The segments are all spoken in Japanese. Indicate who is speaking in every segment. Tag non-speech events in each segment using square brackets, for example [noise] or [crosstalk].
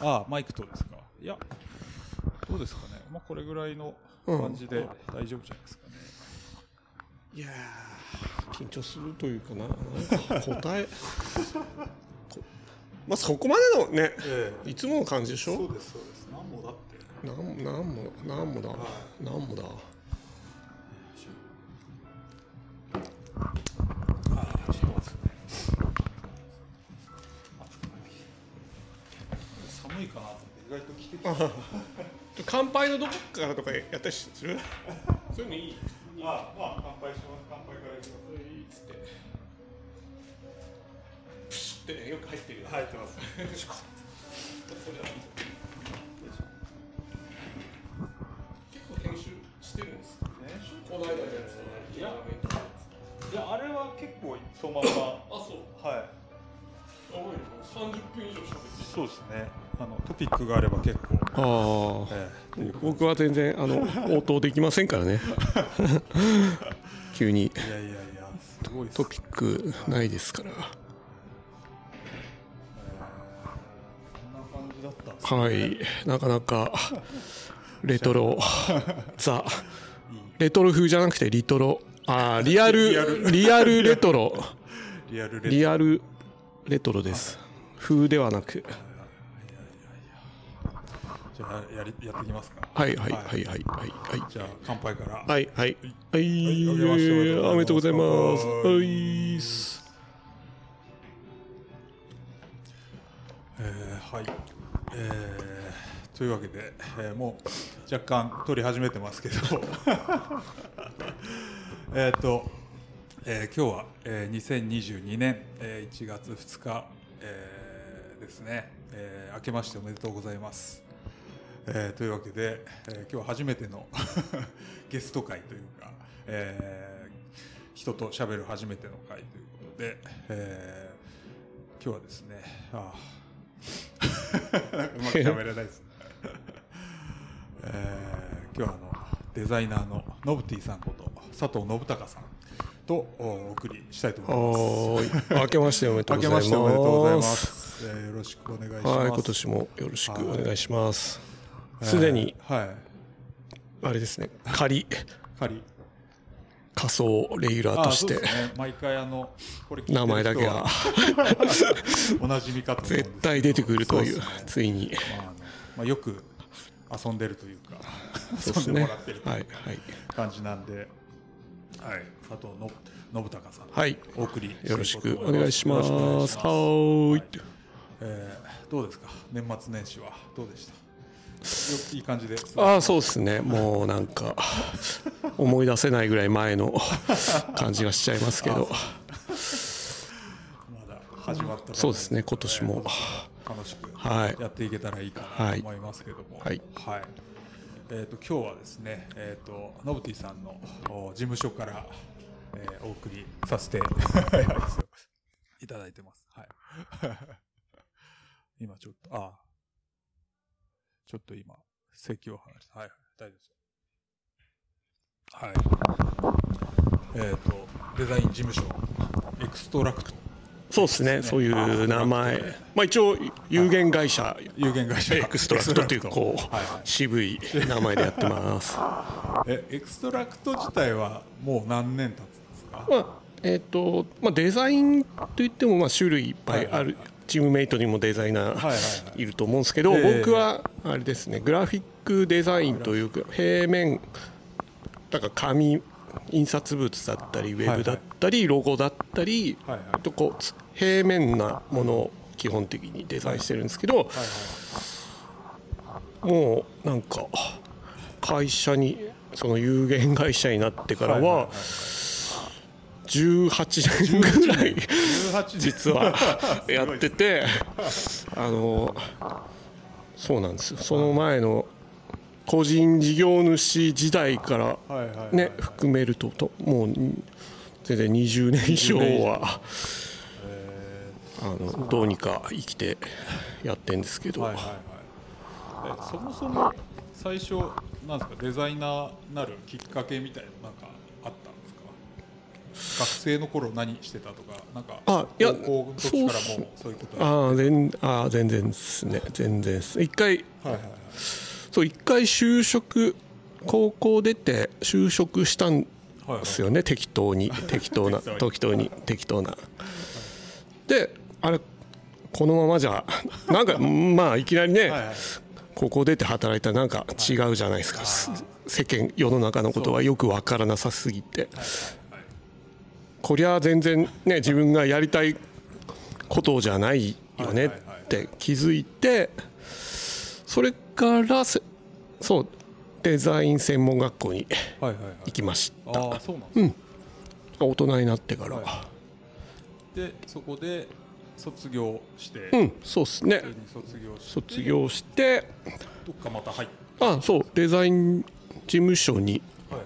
Speaker 1: ああマイクとですかいやどうですかねまあこれぐらいの感じで大丈夫じゃないですかね、
Speaker 2: いやー緊張するというか [laughs] ななんか答えこまあそこまでのね
Speaker 1: ええ
Speaker 2: いつもの感じでしょ
Speaker 1: ですそうです何もだって
Speaker 2: なんなんもなんもだなんもだ
Speaker 1: あちょっと暑くない暑くない寒いかなと思って意外と着てきて
Speaker 2: 乾杯のどこからとかやったりするそういうのいい
Speaker 1: ああまあ乾杯します乾杯からいきますいいっつって
Speaker 2: ってねよく入ってるよ
Speaker 1: 入って [laughs] ます
Speaker 2: 結構編集してるんですか
Speaker 1: 練習
Speaker 2: この間のやつ
Speaker 1: いやいやあれは結構そのまま
Speaker 2: あそう
Speaker 1: はい
Speaker 2: あもう30分以上喋って
Speaker 1: そうですねあのトピックがあれば結構
Speaker 2: ああ
Speaker 1: ええ
Speaker 2: 僕は全然あの応答できません [laughs] からね急に
Speaker 1: いやいやいやすごいっす
Speaker 2: トピックないですから
Speaker 1: こんな感じだったんです
Speaker 2: はいなかなかレトロザ
Speaker 1: いい
Speaker 2: レトロ風じゃなくてリトロあーリアルリ
Speaker 1: リ
Speaker 2: ア
Speaker 1: ア
Speaker 2: ル
Speaker 1: ル
Speaker 2: レトロ
Speaker 1: リアルレ
Speaker 2: リアルレトロです風ではなく
Speaker 1: じゃあやりやっていきますか
Speaker 2: はいはいはいはいはいはい
Speaker 1: じゃあ乾杯からはい
Speaker 2: はいはいはい
Speaker 1: はいあり
Speaker 2: おめで
Speaker 1: がとうご
Speaker 2: とうござ
Speaker 1: ざ
Speaker 2: い
Speaker 1: い
Speaker 2: ま
Speaker 1: ますす
Speaker 2: はいっす
Speaker 1: えーはいえーというわけで、えーもう若干撮り始めてますけどえっと、えー今日は、えー2022年、えー1月2日、えーですね、えー明けましておめでとうございます、えーというわけで、えー今日初めての [laughs] ゲスト会というか、えー人と喋る初めての会ということで、えー今日はですねああ [laughs] なんかうまく喋れないです、えー今日はあのデザイナーのノブティさんこと佐藤信孝さんとおお送りしたいと思います。
Speaker 2: はーい。明けましておめでとう
Speaker 1: 明
Speaker 2: ご
Speaker 1: け
Speaker 2: ざいま。
Speaker 1: ますしておめでとうございま。す。えーよろしくお願いします。
Speaker 2: はい、今年もよろしくお願いします。
Speaker 1: えー
Speaker 2: すでに、
Speaker 1: はい
Speaker 2: あれですね、仮、
Speaker 1: 仮
Speaker 2: 仮想レギュラーとし
Speaker 1: あ
Speaker 2: て
Speaker 1: そうで、すね、毎回あのこれ聞いてる人
Speaker 2: 名前だけは
Speaker 1: おなじみかと思うんですけど
Speaker 2: 絶対出てくるとい
Speaker 1: そで
Speaker 2: う、
Speaker 1: すね
Speaker 2: ついに。
Speaker 1: まああのまあ、よく遊んでるというか
Speaker 2: そうで
Speaker 1: 遊
Speaker 2: す
Speaker 1: んで
Speaker 2: ね。
Speaker 1: もらってる
Speaker 2: はい、はい。
Speaker 1: 感じなんで、はい、佐藤の信孝さん、
Speaker 2: はい。
Speaker 1: お送りしていこうと思います
Speaker 2: よろしくお願いしま
Speaker 1: よろし
Speaker 2: す。
Speaker 1: く
Speaker 2: は
Speaker 1: お願いし
Speaker 2: ーい。
Speaker 1: えーどうですか年末年始はどうでしたよいい感じで
Speaker 2: ああ、そうですね。もうなんか、思い出せないぐらい前 [laughs] の感じがしちゃいますけど、
Speaker 1: まだ始まったばかり
Speaker 2: そうですね今年も
Speaker 1: えー今年も楽しく
Speaker 2: はい
Speaker 1: やっていけたらいいかなと思いますけども、
Speaker 2: はい
Speaker 1: えー、と今日はですね、えー、とノブティさんのお事務所から、えーお送りさせて [laughs] いただいてます。はい、 [laughs] 今ちょっと、あちょっと今、席を離して、はい、大丈夫ですよ。はい。えっ、と、デザイン事務所、エクストラクト、
Speaker 2: そうですね。そういう名前。まあ一応、有限会社、
Speaker 1: 有限会社。
Speaker 2: エクストラクトというこ
Speaker 1: はいはいう
Speaker 2: 渋い名前でやってます。ま
Speaker 1: えエクストラクト自体はもう何年経つんですか
Speaker 2: あえっとまあ、デザインといってもまあ種類いっぱいあ
Speaker 1: はいは
Speaker 2: るチームメイトにもデザイナ
Speaker 1: はいは
Speaker 2: ー
Speaker 1: い
Speaker 2: いると思うんですけど
Speaker 1: ええ
Speaker 2: 僕はあれですねグラフィックデザインというか平面だから紙印刷物だったりウェブだったりロゴだったり
Speaker 1: はいはい
Speaker 2: とこうつ平面なものを基本的にデザインしてるんですけど、
Speaker 1: はい
Speaker 2: もうなんか会社にその有限会社になってからは18年ぐらい
Speaker 1: 18年
Speaker 2: 実
Speaker 1: [laughs]
Speaker 2: はやっててあのそうなんですよその前の個人事業主時代から
Speaker 1: はいはいはい
Speaker 2: ね含めるとともう全然20年以上は
Speaker 1: え
Speaker 2: あのどうにか生きてやってんですけ
Speaker 1: ー
Speaker 2: ど、
Speaker 1: はいはいはいえそもそも最初なんですかデザイナーなるきっかけみたいなのなんかあったんですか学生の頃何してたとかなんか
Speaker 2: あいや
Speaker 1: 高校の時から
Speaker 2: そう
Speaker 1: もうそういうことや
Speaker 2: ああ全あー全然ですね全然です一回
Speaker 1: はいはいはい
Speaker 2: そう一回就職高校出て就職したん
Speaker 1: はいはい
Speaker 2: ですよね適当
Speaker 1: [laughs]
Speaker 2: に適当な適当に適当なであれこのままじゃなんか [laughs] まあいきなりね、
Speaker 1: はいはい
Speaker 2: 高校出て働いたらなんか違うじゃないですか、す世間世の中のことはよくわからなさすぎて、こりゃ全然ね自分がやりたいことじゃないよねって気づいてそれからせそうデザイン専門学校に
Speaker 1: はいはいはい
Speaker 2: 行きました
Speaker 1: ああそうなんですか、
Speaker 2: 大人になってから、
Speaker 1: はでそこで卒業して、
Speaker 2: うんそうっすね
Speaker 1: 普通に卒業して
Speaker 2: 卒業して
Speaker 1: どっかまた入って
Speaker 2: あそうデザイン事務所に
Speaker 1: はい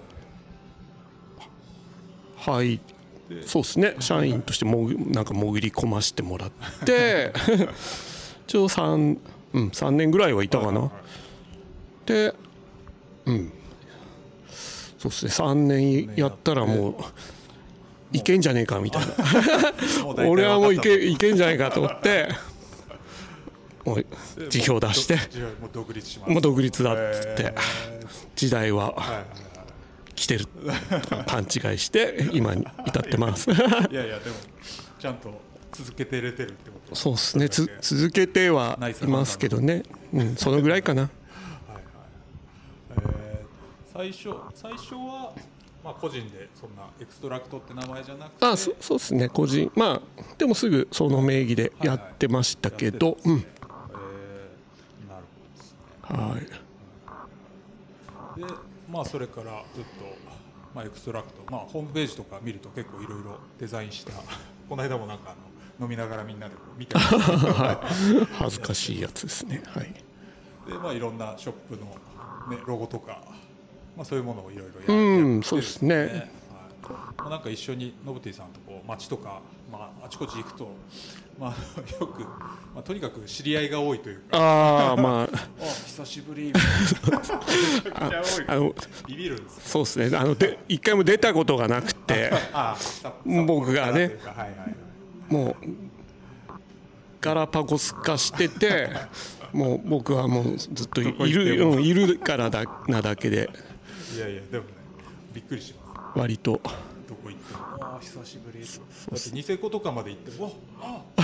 Speaker 2: 入ってそうですね社員としてもぐなんか潜り込ましてもらって [laughs] 一応3、うん、3年ぐらいはいたかな、でうんそうですね3年やったらもういけんじゃねえかみたい
Speaker 1: もう大体
Speaker 2: な俺はもう
Speaker 1: 分
Speaker 2: い
Speaker 1: かっ
Speaker 2: けいけんじゃないかと思ってもう
Speaker 1: た
Speaker 2: 辞表出して
Speaker 1: もうどもう独立します
Speaker 2: もう独立だっつって、
Speaker 1: え
Speaker 2: 時代
Speaker 1: ー
Speaker 2: は
Speaker 1: はいはいはい
Speaker 2: 来てるとか勘違いして今に至ってます
Speaker 1: いやいやでもちゃんと続けてれてるってこと
Speaker 2: そうですねつ続けてはいますけどね、うん、そのぐらいか [laughs] な
Speaker 1: えー最初最初はまあ個人でそんなエクストラクトって名前じゃなくて
Speaker 2: あそそうですね個人まあでもすぐその名義でやってましたけど、
Speaker 1: や
Speaker 2: う
Speaker 1: ってたん
Speaker 2: ん
Speaker 1: ですねえーなるほどですね
Speaker 2: はい
Speaker 1: でまあそれからずっと、まあ、エクストラクト、まあ、ホームページとか見ると結構いろいろデザインしたこの間もなんかあの飲みながらみんなでこう見たり
Speaker 2: 恥ずかしいやつですねはい
Speaker 1: で、まあ、いろんなショップの、ね、ロゴとか、まあ、そういうものをいろいろや
Speaker 2: う
Speaker 1: やって
Speaker 2: ん
Speaker 1: る
Speaker 2: そうですね
Speaker 1: はいまあ、なんか一緒にノブティさんとこう街とか、まあ、あちこち行くと、まあ、よ [laughs] く、まあ、とにかく知り合いが多いというか
Speaker 2: あ [laughs] あ
Speaker 1: 「
Speaker 2: ま
Speaker 1: あ久しぶり」みたいなめちゃくちゃ
Speaker 2: ああ
Speaker 1: 多い
Speaker 2: の
Speaker 1: ビビるんですよ
Speaker 2: そうですねあので一回も出たことがなく [laughs] て
Speaker 1: あさ
Speaker 2: 僕がね
Speaker 1: さはいはいはい
Speaker 2: もうガラパゴス化して [laughs] てもう僕はもうずっと
Speaker 1: どこ
Speaker 2: い
Speaker 1: 行って
Speaker 2: る
Speaker 1: も
Speaker 2: うん、いるからだなだけで
Speaker 1: いやいやでもねびっくりします
Speaker 2: 割 [laughs] と
Speaker 1: どこ行ってもああ久しぶりだってニセコとかまで行ってもああ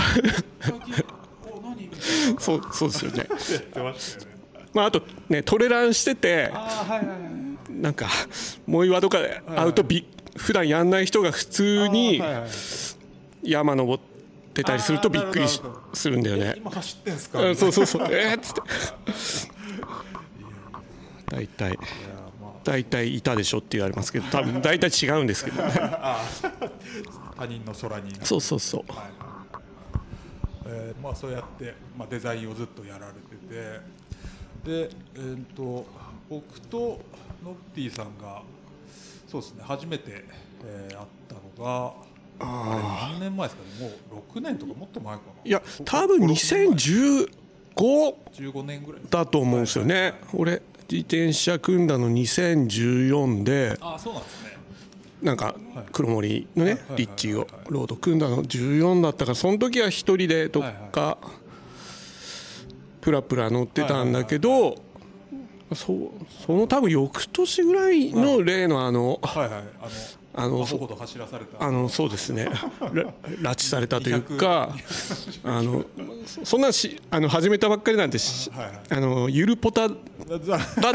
Speaker 1: 最近お何みたいな
Speaker 2: そうそうですよね
Speaker 1: やってましたよね
Speaker 2: まああとねトレランしてて
Speaker 1: ああはいはいはい
Speaker 2: なんか藻岩とかで会うとび普段やんない人が普通に
Speaker 1: ああはいはい
Speaker 2: 山登ってたりするとびっくりし
Speaker 1: あーなるほどなるほど
Speaker 2: するんだよ
Speaker 1: え
Speaker 2: ね
Speaker 1: 今走ってんすか
Speaker 2: うんそう
Speaker 1: う
Speaker 2: そうそうえーっつって大体
Speaker 1: いやま
Speaker 2: 大体いたでしょって言われますけど多分大体違うんですけどね
Speaker 1: あ他人の空に
Speaker 2: そうそうそう
Speaker 1: はいえーまあ、そうやって、まあ、デザインをずっとやられててで、えー、と僕とノッティさんがそうですね初めて、えー会ったのが
Speaker 2: あ
Speaker 1: 何年前ですかねもう6年とかもっと前かない
Speaker 2: や多分2015
Speaker 1: 15年ぐらい
Speaker 2: だと思うんですよね俺自転車組んだの2014で
Speaker 1: ああそうなんですね
Speaker 2: なんか黒森のね
Speaker 1: はい
Speaker 2: 立地をロード組んだの14だったからその時は一人でどっかプラプラ乗ってたんだけ
Speaker 1: はい
Speaker 2: どそうその多分翌年ぐらいの例のあの
Speaker 1: はいはいあの
Speaker 2: あ
Speaker 1: ア
Speaker 2: の
Speaker 1: ホ
Speaker 2: そ
Speaker 1: ほど走らされた
Speaker 2: あのそうですねら拉致されたというかあのそそんなしあの始めたばっかりなんてし
Speaker 1: はいはい
Speaker 2: あのゆるポタ
Speaker 1: だ
Speaker 2: っ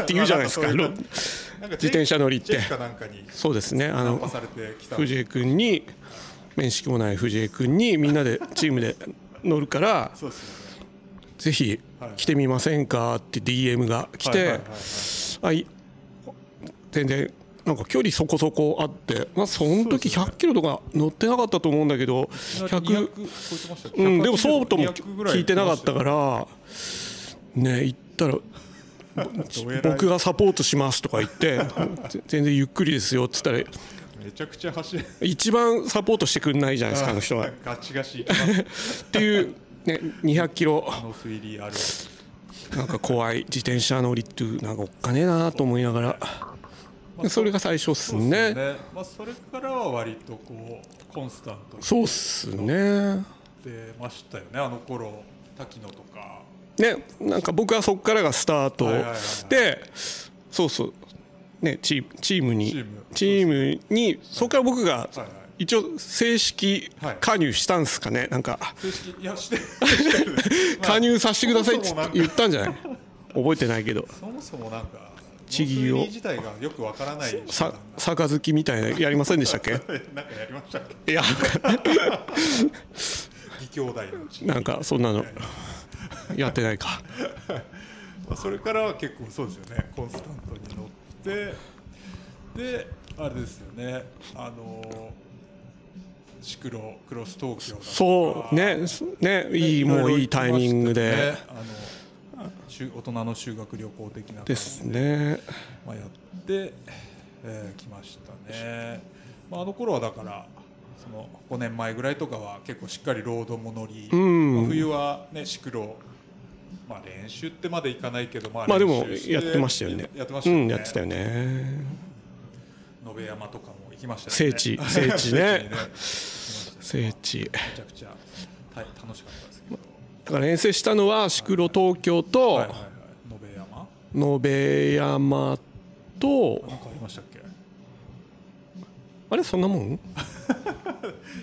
Speaker 2: て言うじゃないで
Speaker 1: [laughs]
Speaker 2: すかロ自転車乗りって
Speaker 1: チェキかなんかに
Speaker 2: そうですねあ
Speaker 1: ナン
Speaker 2: の
Speaker 1: パされてきた
Speaker 2: 藤江君に面識もない藤江君にみんなで [laughs] チームで乗るから
Speaker 1: そうですよね
Speaker 2: ぜひ来てみませんかって DM が来
Speaker 1: はいはいはい
Speaker 2: て
Speaker 1: はい
Speaker 2: あい全然なんか距離そこそこあってまあその時100キロとか乗ってなかったと思うんだけど
Speaker 1: 200超え
Speaker 2: 100
Speaker 1: てましたっけ
Speaker 2: うんでもそうとも
Speaker 1: 180ぐら
Speaker 2: 聞いてなかった
Speaker 1: ら
Speaker 2: からね行ったら
Speaker 1: どうやら
Speaker 2: 僕がサポートしますとか言って [laughs] ぜ全然ゆっくりですよっつったら
Speaker 1: めちゃくちゃ走る
Speaker 2: 一番サポートしてくんないじゃないですかあの人は。
Speaker 1: ガチガチ行きます
Speaker 2: っていう、ね、200キロ
Speaker 1: あのスイリーある
Speaker 2: なんか怖い自転車乗りっていうなんかおっかねえなと思いながら
Speaker 1: まあ
Speaker 2: それが最初っす
Speaker 1: そうっすね
Speaker 2: ね。
Speaker 1: まあ、それからは割とこうコンスタントに
Speaker 2: そうっすね。
Speaker 1: 出ましたよねあの頃滝野とか
Speaker 2: ね、なんか僕はそこからがスタート
Speaker 1: はいはいはいはい
Speaker 2: で、そうそう、ね、チーチー
Speaker 1: チー
Speaker 2: ムに
Speaker 1: ム、
Speaker 2: チームに、そこから僕が
Speaker 1: はいはい
Speaker 2: 一応正式
Speaker 1: はい
Speaker 2: 加入したんですかね、なんか、
Speaker 1: 正式いやしてしてる
Speaker 2: 加入させてくださいって
Speaker 1: そもそもなんか
Speaker 2: 言ったんじゃない覚えてないけど、
Speaker 1: そもそもなんか
Speaker 2: 地義を
Speaker 1: モンスーニー自体がよくわからない集団
Speaker 2: さ、杯みたいなのやりませんでしたっけ
Speaker 1: なん [laughs] かやりましたっけ
Speaker 2: いや、
Speaker 1: 義兄弟のうち、
Speaker 2: なんかそ
Speaker 1: [laughs]
Speaker 2: んなのやってないか。
Speaker 1: まあ、それからは結構そうですよねコンスタントに乗ってであれですよねあのシクロクロス東京だとか
Speaker 2: そう、ね、ね、いい、
Speaker 1: ろろ
Speaker 2: もういいタイミング
Speaker 1: 行って
Speaker 2: で
Speaker 1: ま。したよねあのしゅ大人の修学旅行的な感じ
Speaker 2: ですね。
Speaker 1: まあ、やって、えーきましたね、まあ、あの頃はだからその5年前ぐらいとかは結構しっかりロードも乗り、
Speaker 2: ん
Speaker 1: まあ冬はねシクロまあ練習ってまでいかないけどまあ
Speaker 2: まあでも
Speaker 1: 練習し
Speaker 2: やってましたよね。
Speaker 1: やってましたよ
Speaker 2: う
Speaker 1: ね、
Speaker 2: ん、やってたよね。
Speaker 1: 延山とかも行きましたよね
Speaker 2: 聖
Speaker 1: [laughs]
Speaker 2: 地聖地
Speaker 1: 行
Speaker 2: ね
Speaker 1: きました
Speaker 2: 聖地。
Speaker 1: めちゃくちゃた楽しかったですけど、
Speaker 2: だから遠征したのはシクロ東京
Speaker 1: はいは
Speaker 2: と
Speaker 1: いはい、延山
Speaker 2: 延山と
Speaker 1: なんかありましたっけ
Speaker 2: あれそんなもん？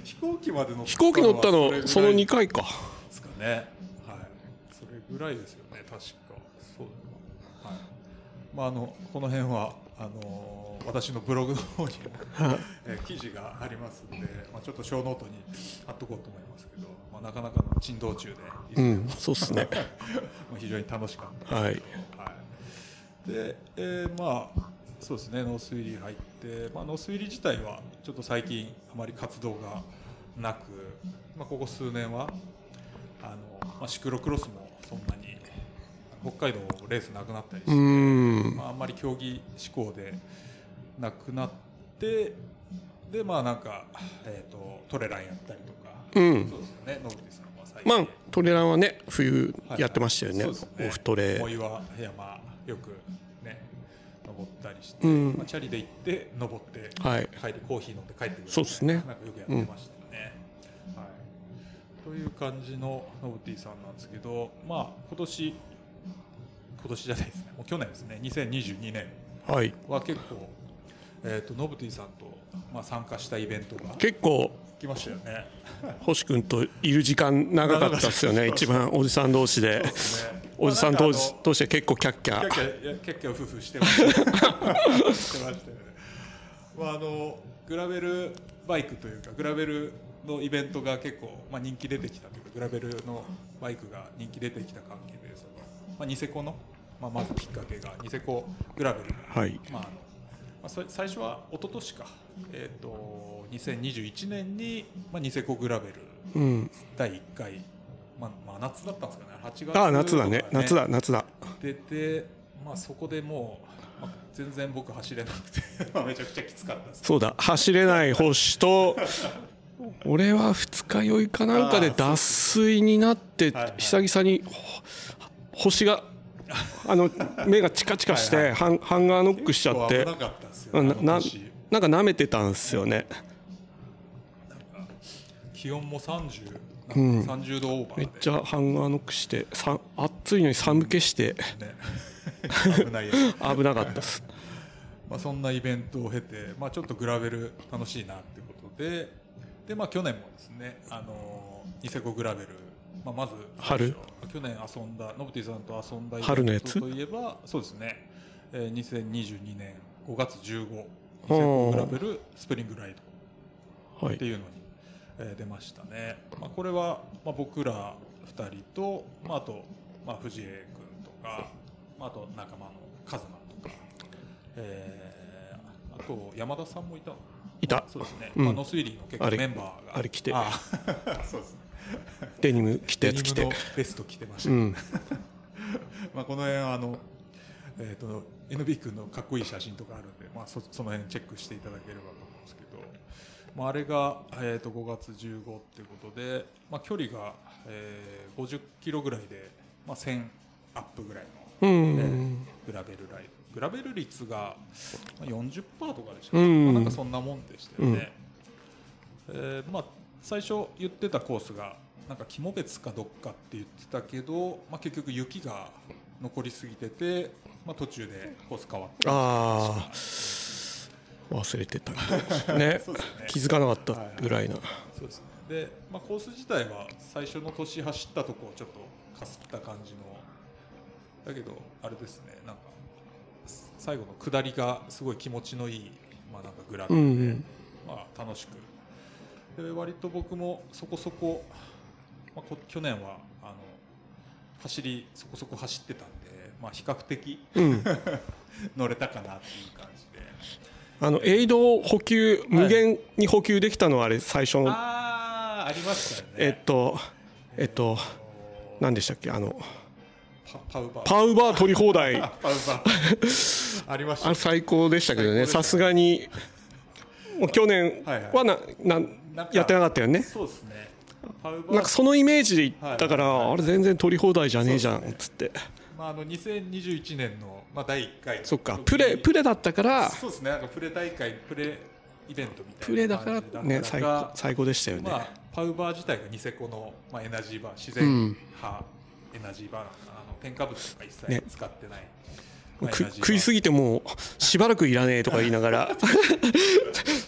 Speaker 1: 飛行機まで乗ったのは
Speaker 2: 飛行機乗ったのその
Speaker 1: れぐらい
Speaker 2: 2回か。
Speaker 1: ですかね。はい。それぐらいですよね、確か。そうだなはい。まあ、あの、この辺は、あのー私のブログの方にも、えー記事がありますんで、まあ、ちょっと小ノートに貼っとこうと思いますけど、まあ、なかなかの珍道中で、
Speaker 2: う
Speaker 1: ま
Speaker 2: ん、そうっすね。
Speaker 1: あ非常に楽しかった。
Speaker 2: はい。
Speaker 1: はい、で、えーまあそうですねノースウィリー入って、まあ、ノースウィリー自体はちょっと最近あまり活動がなく、まあ、ここ数年はあの、まあ、シクロクロスもそんなに北海道レースなくなったりして
Speaker 2: うーん
Speaker 1: ま。あ、あんまり競技志向でなくなってでまあなんか、えー、とトレランやったりとか、
Speaker 2: うん
Speaker 1: そうですよね野口さんは最近
Speaker 2: まあトレランはね冬やってましたよね
Speaker 1: そうです。
Speaker 2: オフトレ
Speaker 1: 藻。岩山よくね登ったりして、
Speaker 2: うん
Speaker 1: まあ、チャリで行って登って
Speaker 2: はい。
Speaker 1: 帰りコーヒー飲んで帰ってくるみたいな
Speaker 2: そうですね
Speaker 1: なんかよくやってましたよね、はい、という感じのノブティさんなんですけどまあ今年今年じゃないですねもう去年ですね2022年
Speaker 2: はい。
Speaker 1: は結構えー、とノブティさんと、まあ、参加したイベントが
Speaker 2: 結構
Speaker 1: 来ましたよ
Speaker 2: [laughs]
Speaker 1: ね。
Speaker 2: 星君といる時間長かったっすよね。一番おじさん同士で。おじさん同士同士で結構キャッキ
Speaker 1: キャ
Speaker 2: ャ
Speaker 1: ッ。キャいやキャッキャフフしてましたしてましたよね、まあ、あのグラベルバイクというかグラベルのイベントが結構、まあ、人気出てきたというかグラベルのバイクが人気出てきた関係でその、まあ、ニセコの、まあ、まずきっかけがニセコグラベルが
Speaker 2: はい。
Speaker 1: まああのまあ、それ最初は一昨年か、えー、と2021年に、まあ、ニセコグラベル
Speaker 2: うん。
Speaker 1: 第1回、まあ、真夏だったんですかね8月
Speaker 2: ああ夏だ
Speaker 1: と
Speaker 2: ね
Speaker 1: か
Speaker 2: 夏だ夏だ
Speaker 1: 出て、まあ、そこでもう、まあ全然僕走れなくて [laughs] まあめちゃくちゃきつかったです
Speaker 2: そうだ走れない星と俺は二日酔いかなんかで脱水になって
Speaker 1: はいはい
Speaker 2: 久々にほ星があの目がチカチカし
Speaker 1: はいは
Speaker 2: てハンハンガーノックしちゃって
Speaker 1: 結構危なかったですよ
Speaker 2: な
Speaker 1: ね
Speaker 2: な
Speaker 1: あの
Speaker 2: なんか
Speaker 1: 年
Speaker 2: 舐めてたんすよね
Speaker 1: なんか気温も30、
Speaker 2: うん
Speaker 1: 30度オーバーで
Speaker 2: めっちゃハンガーノックしてさ暑いのに寒気して
Speaker 1: ね [laughs] 危ないやつ
Speaker 2: 危なかったっす
Speaker 1: まあ、そんなイベントを経て、まあ、ちょっとグラベル楽しいなってことでで、まあ、去年もですね、あのニセコグラベル、まあ、まず
Speaker 2: 春
Speaker 1: 去年遊んだノブティさんと遊んだイベント
Speaker 2: 春のやつ
Speaker 1: といえばそうですね、えー、2022年5月15ニセコ
Speaker 2: ほう
Speaker 1: グラベルスプリングライド
Speaker 2: は
Speaker 1: って
Speaker 2: い
Speaker 1: いうのに、えー出ましたね、まあ、これは、まあ、僕ら2人と、まあ、あと、まあ、藤江君とか、まあ、あと仲間のカズマとか、えーあと山田さんもいたの
Speaker 2: いた
Speaker 1: そうですね、
Speaker 2: うん
Speaker 1: まあ、ノスイリーの結
Speaker 2: あ
Speaker 1: 構
Speaker 2: れ
Speaker 1: メンバーが
Speaker 2: あれ着て
Speaker 1: あー [laughs] そうですね
Speaker 2: デニム着
Speaker 1: デ
Speaker 2: たや
Speaker 1: ニ
Speaker 2: つ着
Speaker 1: ム
Speaker 2: て
Speaker 1: のベスト着てました、
Speaker 2: うん
Speaker 1: [laughs] まあ、この辺はあの、えー、と NB 君のかっこいい写真とかあるんで、まあ、そその辺チェックしていただければと思うんですけど、まあ、あれが、えー、と5月15っていうことで、まあ、距離が、えー50キロぐらいで、まあ、1000アップぐらいの
Speaker 2: うん
Speaker 1: グラベルライブグラベル率がまあ40%とかでした
Speaker 2: う
Speaker 1: ね、
Speaker 2: ん
Speaker 1: まあなんかそんなもんでしたよね、えーまあ、最初言ってたコースがなんか肝別かどっかって言ってたけど、まあ、結局雪が残りすぎてて、まあ、途中でコース変わって
Speaker 2: ああ忘れてた [laughs] ね
Speaker 1: そうですね
Speaker 2: 気づかなかったぐらいな
Speaker 1: そうですねで、まあ、コース自体は最初の年走ったとこをちょっとかすった感じのだけどあれですねなんか最後の下りがすごい気持ちのいい、まあ、なんかグラフ
Speaker 2: う
Speaker 1: で、
Speaker 2: んうん
Speaker 1: まあ、楽しくで割と僕もそこそこ、まあ、こ去年はあの走りそこそこ走ってたんで、まあ、比較的
Speaker 2: うん
Speaker 1: 乗れたかなっていう感じで
Speaker 2: あのエイドを補給無限に補給できたのはあれ最初の
Speaker 1: ああありましたよね
Speaker 2: えっとえっと何でしたっけあの
Speaker 1: パパウバー
Speaker 2: パウバー取り放題
Speaker 1: あパウバーありまし
Speaker 2: あ
Speaker 1: た
Speaker 2: れ
Speaker 1: ね
Speaker 2: 最高でしたけど
Speaker 1: 最
Speaker 2: ね
Speaker 1: 高
Speaker 2: さ
Speaker 1: でし
Speaker 2: すがにもう去年はなな
Speaker 1: なんか
Speaker 2: やってなかったよね
Speaker 1: そうですねパウバー
Speaker 2: なんかそのイメージで行ったから、
Speaker 1: はい
Speaker 2: あれ全然取り放題じゃねえじゃんっつって
Speaker 1: まあ、あの2021年の、まあ、第1回
Speaker 2: そっかプレプレだったから
Speaker 1: そうですねなんかプレ大会プレイベントみたいな
Speaker 2: プレだから
Speaker 1: 感じだ
Speaker 2: ね
Speaker 1: った
Speaker 2: 最
Speaker 1: が
Speaker 2: 高最高でしたよね、
Speaker 1: まあ、パウバー自体がニセコの、まあ、エナジーバー自然派、エナジーバーなのかなあの添加物とか一切
Speaker 2: ね
Speaker 1: 使ってない、まあ
Speaker 2: く
Speaker 1: エナジーバー
Speaker 2: 食いすぎてもうしばらくいらねえとか言いなが [laughs] ら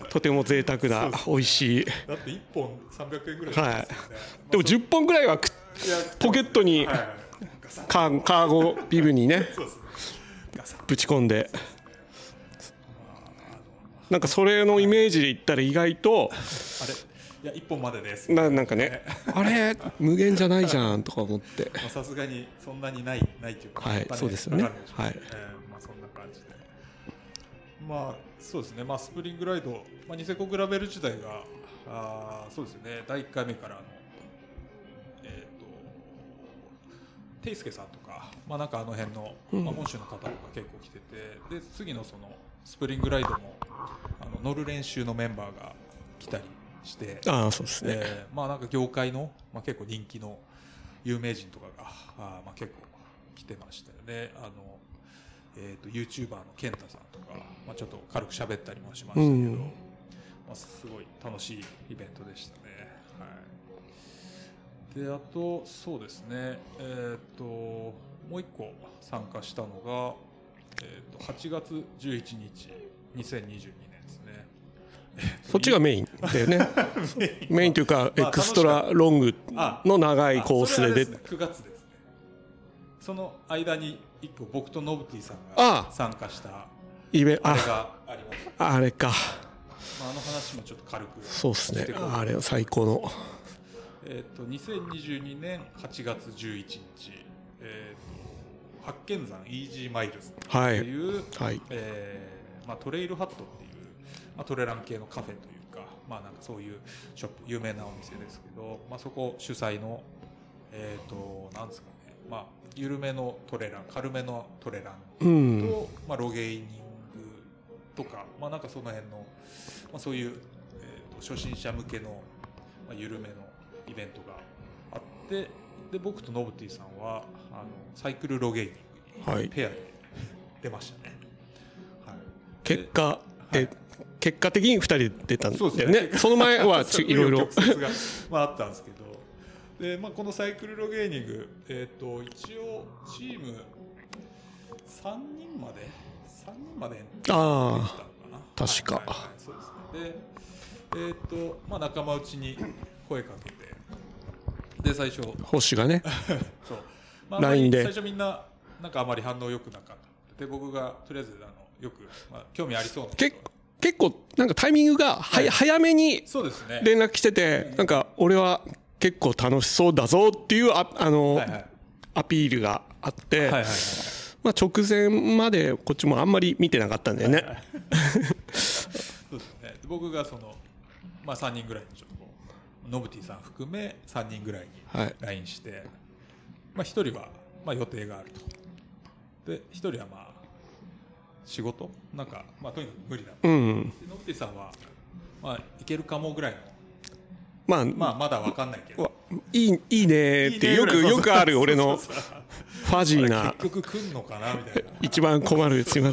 Speaker 2: とても贅沢な美味しい
Speaker 1: だって1本300円ぐらい
Speaker 2: はい
Speaker 1: ですよね
Speaker 2: でも10本ぐらいはく
Speaker 1: いや
Speaker 2: ポケットに
Speaker 1: はいはいガサッ
Speaker 2: カーカーゴビブにね
Speaker 1: そうですねガサッ
Speaker 2: ぶち込んでなんかそれのイメージで言ったら意外と
Speaker 1: あれいや1本までです
Speaker 2: ななんかねあれ無限じゃないじゃんとか思って
Speaker 1: まあさすがにそんなにないないというか、
Speaker 2: はい
Speaker 1: やっぱ
Speaker 2: そうですよね
Speaker 1: わかるでしょう
Speaker 2: はい
Speaker 1: えーまあそんな感じでまあそうですねまあスプリングライド、まあ、ニセコグラベル自体があーそうですよね第1回目からあのえっ、とテイスケさんとかまあなんかあの辺の、まあ、本州の方とか結構来ててで次のそのスプリングライドもあの乗る練習のメンバーが来たりして
Speaker 2: ああそうですね、
Speaker 1: えーまあなんか業界の、まあ、結構人気の有名人とかがあーまあ結構来てましたよねあの、えー、と YouTuber の健太さんとか、まあ、ちょっと軽く喋ったりもしましたけど、
Speaker 2: うん
Speaker 1: まあ、すごい楽しいイベントでしたね。はい、であとそうですねえっ、ともう一個参加したのが、えー、と8月11日2022年ですね。
Speaker 2: そっちがメインだ
Speaker 1: [laughs]
Speaker 2: よねメインというかエ
Speaker 1: まあ
Speaker 2: クストラロングの長いコース
Speaker 1: あそれは
Speaker 2: で
Speaker 1: です
Speaker 2: で
Speaker 1: ね、9月ですねその間に一個僕とノブティさん
Speaker 2: あ
Speaker 1: が参加した
Speaker 2: イベ
Speaker 1: あれ
Speaker 2: あ
Speaker 1: がありまし
Speaker 2: あれか
Speaker 1: たまあ、あの話もちょっと軽く
Speaker 2: そうです
Speaker 1: し
Speaker 2: ね
Speaker 1: てくる
Speaker 2: あれは最高の
Speaker 1: えっ、と2022年8月11日えっ、と八犬山イージーマイルズって
Speaker 2: はい
Speaker 1: いう、
Speaker 2: はい
Speaker 1: えーまあ、トレイルハットっていう、まあ、トレラン系のカフェというか,、まあ、なんかそういうショップ有名なお店ですけど、まあ、そこ主催の、えー、となんですかね、まあ、緩めのトレラン軽めのトレラン
Speaker 2: う
Speaker 1: と、
Speaker 2: ん
Speaker 1: まあ、ロゲイニングとか,、まあ、なんかその辺の、まあ、そういう、えー、と初心者向けの、まあ、緩めのイベントがあってで僕とノブティさんはあのサイクルロゲイニング
Speaker 2: は
Speaker 1: に
Speaker 2: い
Speaker 1: ペアで出ましたね。はい
Speaker 2: 結果
Speaker 1: は
Speaker 2: で
Speaker 1: い
Speaker 2: 結果的に2人で出たん
Speaker 1: そうで
Speaker 2: だよ
Speaker 1: すね
Speaker 2: ねその
Speaker 1: [laughs]
Speaker 2: 前はちいろい
Speaker 1: 紆
Speaker 2: ろ
Speaker 1: 余曲折が、まあ、あったんですけどで、まあ、このサイクルロゲーニング、えー、と一応チーム3人まで3人までできたの
Speaker 2: あ
Speaker 1: かな
Speaker 2: あ確か
Speaker 1: はいはいはいそうですねでえっ、と、まあ、仲間内に声かけてで最初
Speaker 2: あ星がね
Speaker 1: そう、まあ、あまり
Speaker 2: LINE で
Speaker 1: 最初みんななんかあまり反応良くなかったで僕がとりあえずあのよく、まあ、興味ありそうな人は
Speaker 2: け結構なんかタイミングがはや早めに
Speaker 1: そうですね
Speaker 2: 連絡来ててなんか俺は結構楽しそうだぞっていうああの
Speaker 1: はいはい
Speaker 2: アピールがあって、
Speaker 1: はいはいはい
Speaker 2: まあ、直前までこっちもあんまり見てなかったんだよね。
Speaker 1: そうですね、僕がその、まあ、3人ぐらいにちょっとこうノブティさん含め3人ぐらいに
Speaker 2: はい、
Speaker 1: LINE して、まあ、1人は、まあ、予定があるとで1人はまあ仕事なんか、まあ、とにかく無理だと、
Speaker 2: うん、
Speaker 1: でノブティさんは、まあ、いけるかもぐらいの、
Speaker 2: まあ、
Speaker 1: まあ、まだわかんないけど
Speaker 2: わいいいいねーってよくよくある俺の
Speaker 1: そうそうそう
Speaker 2: ファジーな
Speaker 1: 結局来んのかなみたいな。
Speaker 2: 一番困るすいま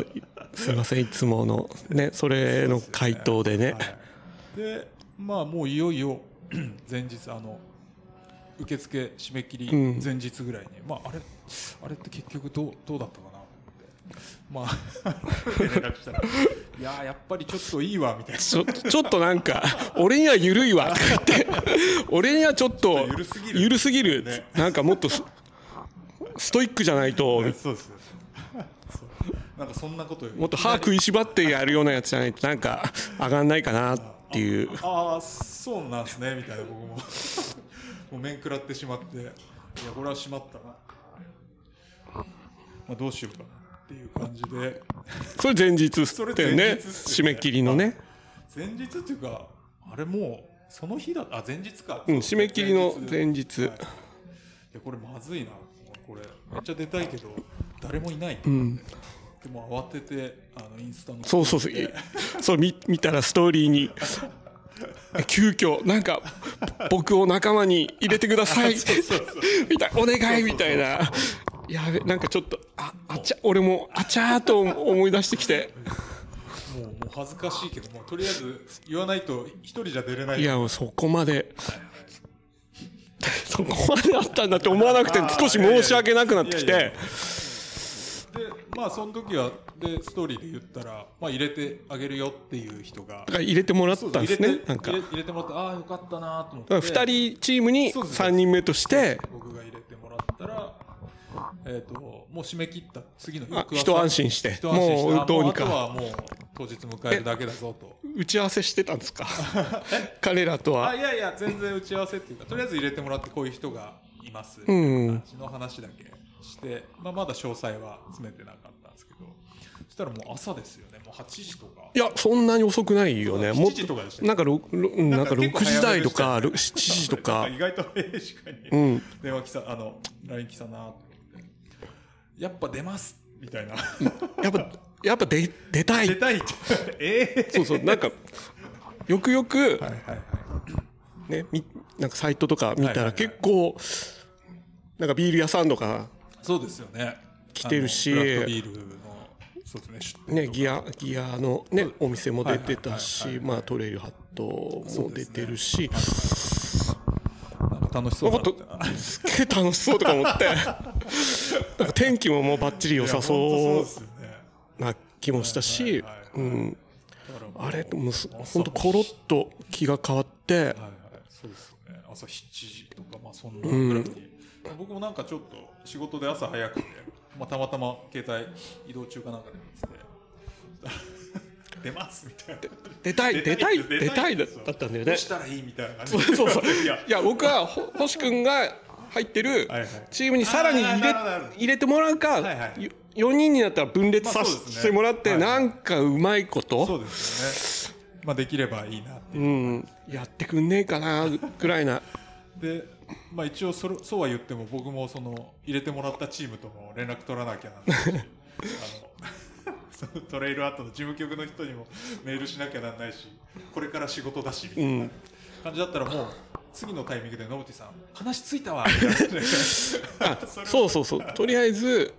Speaker 2: せんいませんいつものねそれの回答でね
Speaker 1: はいでまあもういよいよ [clears throat] 前日あの受付締め切り
Speaker 2: うん
Speaker 1: 前日ぐらいに、まああれあれって結局どうどうだったかなってまあ連絡したら [laughs] いやーやっぱりちょっといいわみたいな
Speaker 2: ちょちょっとなんか俺には緩いわとか言って俺にはちょっと
Speaker 1: ちょっと緩すぎる
Speaker 2: 緩すぎる
Speaker 1: ね
Speaker 2: なんかもっとスストイックじゃないと
Speaker 1: そうですなんかそんなことより
Speaker 2: もっと歯食いしばってやるようなやつじゃないとなんか上がんないかなっていう
Speaker 1: ああそうなんすねみたいな僕も [laughs] もう面食らってしまっていやこれはしまったな、まあ、どうしようかなっていう感じで
Speaker 2: それ前日っす
Speaker 1: それ
Speaker 2: よ
Speaker 1: 前
Speaker 2: ね
Speaker 1: 日っす
Speaker 2: 締
Speaker 1: よね
Speaker 2: め切りのね
Speaker 1: 前日っていうかあれもうその日だあ前日か、
Speaker 2: うん締め切りの前日
Speaker 1: はいいやこれまずいなこれめっちゃ出たいけど誰もいない、でも慌ててあのインスタの
Speaker 2: そうそうそういそう見見たらストーリーに急遽なんか僕を仲間に入れてください
Speaker 1: [laughs]
Speaker 2: みたいなお願いみたいなやべなんかちょっとああちゃ俺もあちゃーと思い出してきて
Speaker 1: もうもう恥ずかしいけどもうとりあえず言わないと一人じゃ出れない
Speaker 2: いやもうそこまでそこまであったんだって思わなくて少し申し訳なくなってき
Speaker 1: いやいや
Speaker 2: て
Speaker 1: いでまあその時はでストーリーで言ったら、まあ、入れてあげるよっていう人が
Speaker 2: だから入れてもらったんです
Speaker 1: 入
Speaker 2: ね
Speaker 1: れて
Speaker 2: なんか
Speaker 1: 入れ入れてもらってああよかったなと思って
Speaker 2: 2人チームに
Speaker 1: そうです
Speaker 2: 3人目として
Speaker 1: 僕が入れてもらったら、えー、ともう締め切った次の日
Speaker 2: あ
Speaker 1: 翌朝
Speaker 2: 一安心して
Speaker 1: 一安心して
Speaker 2: もう
Speaker 1: あ
Speaker 2: どうにか
Speaker 1: もあとはもう当日迎えるだけだぞと
Speaker 2: 打ち合わせしてたんですか [laughs] 彼らと
Speaker 1: あ
Speaker 2: はい
Speaker 1: やいや全然打ち合わせっていうかとりあえず入れてもらってこういう人がいます
Speaker 2: うん
Speaker 1: 感じの話だけして、まあ、まだ詳細は詰めてなかったんですけどそしたらもう朝ですよねもう8時とか
Speaker 2: いやそんなに遅くないよね
Speaker 1: そう
Speaker 2: もっ
Speaker 1: 7時とかでしたよ
Speaker 2: なんかろろうんなんか
Speaker 1: 結構
Speaker 2: 6時
Speaker 1: 早め
Speaker 2: 台
Speaker 1: で
Speaker 2: と
Speaker 1: した
Speaker 2: か
Speaker 1: よね
Speaker 2: ろ7時とか
Speaker 1: なん意外と早い時間に、
Speaker 2: うん
Speaker 1: 電話来たあの LINE 来たなと思ってやっぱ出ますみたいな
Speaker 2: やっぱやっぱ出出た
Speaker 1: 出
Speaker 2: い
Speaker 1: たいってええ
Speaker 2: そうそうなんかよくよく
Speaker 1: はいはいはい
Speaker 2: ねみなんかサイトとか
Speaker 1: はい
Speaker 2: 見た
Speaker 1: はいは
Speaker 2: ら
Speaker 1: い
Speaker 2: 結構なんかビール屋さんとか
Speaker 1: そうですよね
Speaker 2: 来てるし
Speaker 1: あのクラフトビールのそうですね出店
Speaker 2: ねギアギアのねお店も出てた
Speaker 1: はい
Speaker 2: し
Speaker 1: はいはいはい
Speaker 2: まあトレイルハットも出てるし
Speaker 1: なんか楽しそうだった
Speaker 2: なんかすっげえ楽しそうとか思
Speaker 1: [laughs]
Speaker 2: ってなんか天気ももうバッチリ良
Speaker 1: い
Speaker 2: さ
Speaker 1: や本当そう
Speaker 2: そ
Speaker 1: ですよね
Speaker 2: うな気もしたし
Speaker 1: はいはいはい
Speaker 2: うん
Speaker 1: だからもう
Speaker 2: あれもうす
Speaker 1: 朝も
Speaker 2: ほんとコロッと気が変わって
Speaker 1: はいはい、そうですよね。朝7時とか、まあそんなぐらいに。僕もなんかちょっと仕事で朝早くて、まあたまたま携帯移動中かなんかで見て [laughs] て、出ますみたいな。
Speaker 2: 出たい出たい
Speaker 1: 出
Speaker 2: 出
Speaker 1: た
Speaker 2: た
Speaker 1: い
Speaker 2: い
Speaker 1: で
Speaker 2: だ
Speaker 1: すよ
Speaker 2: ったんだよ
Speaker 1: どう
Speaker 2: ね
Speaker 1: したらいいみたいな感じ
Speaker 2: そうそうそう
Speaker 1: いや
Speaker 2: いや僕はほ星君が入ってる
Speaker 1: はいはい
Speaker 2: チームにさらに入
Speaker 1: あ
Speaker 2: れ
Speaker 1: ーなるほどなるほど
Speaker 2: 入れてもらうか、
Speaker 1: はいはい
Speaker 2: よ4人になったら分裂
Speaker 1: ま
Speaker 2: さ
Speaker 1: あそうですね
Speaker 2: せてもらって、
Speaker 1: はいはい
Speaker 2: なんかうまいこと、
Speaker 1: [laughs] そうですよね。まあできればいいなっていう。
Speaker 2: うん、やってくんねえかなぐらいな
Speaker 1: で、まあ一応それそうは言っても僕もその入れてもらったチームとも連絡取らなきゃ
Speaker 2: [laughs]
Speaker 1: なんないし、あのその [laughs] トレイルアートの事務局の人にもメールしなきゃなんないし、これから仕事だしみたいな。
Speaker 2: うん
Speaker 1: 感じだったらもう次のタイミングで野口さん話つい
Speaker 2: [laughs]
Speaker 1: たわみたいな
Speaker 2: あそうそうそうとりあえず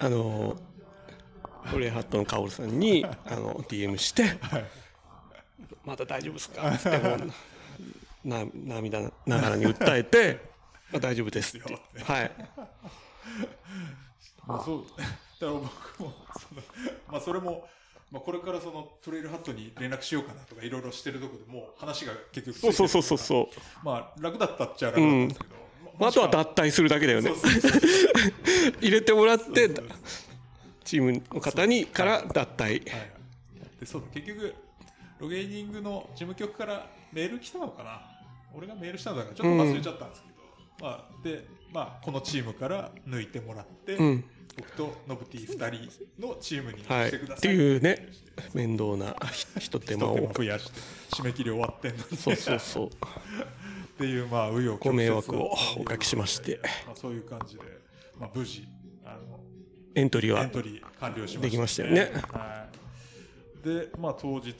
Speaker 2: あのトレイハットのカオルさんにあの DM して「まだ大丈夫ですか?」ってもうな涙ながらに訴えて「まあ大丈夫です」ってはい
Speaker 1: まあそうだから僕もそのまあそれもまあこれからそのトレイルハットに連絡しようかなとかいろいろしてるとこでもう話が結局ついて
Speaker 2: そう
Speaker 1: る
Speaker 2: そうそうそうそう
Speaker 1: まあ楽だったっちゃ楽だったんですけど、
Speaker 2: まあ、あとは脱退するだけだよね
Speaker 1: そうそうそう
Speaker 2: 入れてもらってチームの方にから脱退
Speaker 1: はいはいでそうだ結局ロゲーニングの事務局からメール来たのかな俺がメールしたのだからちょっと忘れちゃったんですけど、まあでまあこのチームから抜いてもらって、
Speaker 2: ん
Speaker 1: 僕とノブティ2人のチームにし
Speaker 2: はいって
Speaker 1: くださ
Speaker 2: て
Speaker 1: い、
Speaker 2: いうね面倒なひと手
Speaker 1: 一
Speaker 2: 間
Speaker 1: 手間
Speaker 2: を
Speaker 1: 増やして締め切り終わってんのに
Speaker 2: そうそうそう
Speaker 1: っていうまあ紆余曲折
Speaker 2: ご迷惑をおかけしまして
Speaker 1: まあ、そういう感じで、まあ、無事あの
Speaker 2: エントリー
Speaker 1: エ
Speaker 2: は
Speaker 1: ントリー完了しました、
Speaker 2: できましたよね
Speaker 1: はい、で、まあ、当日、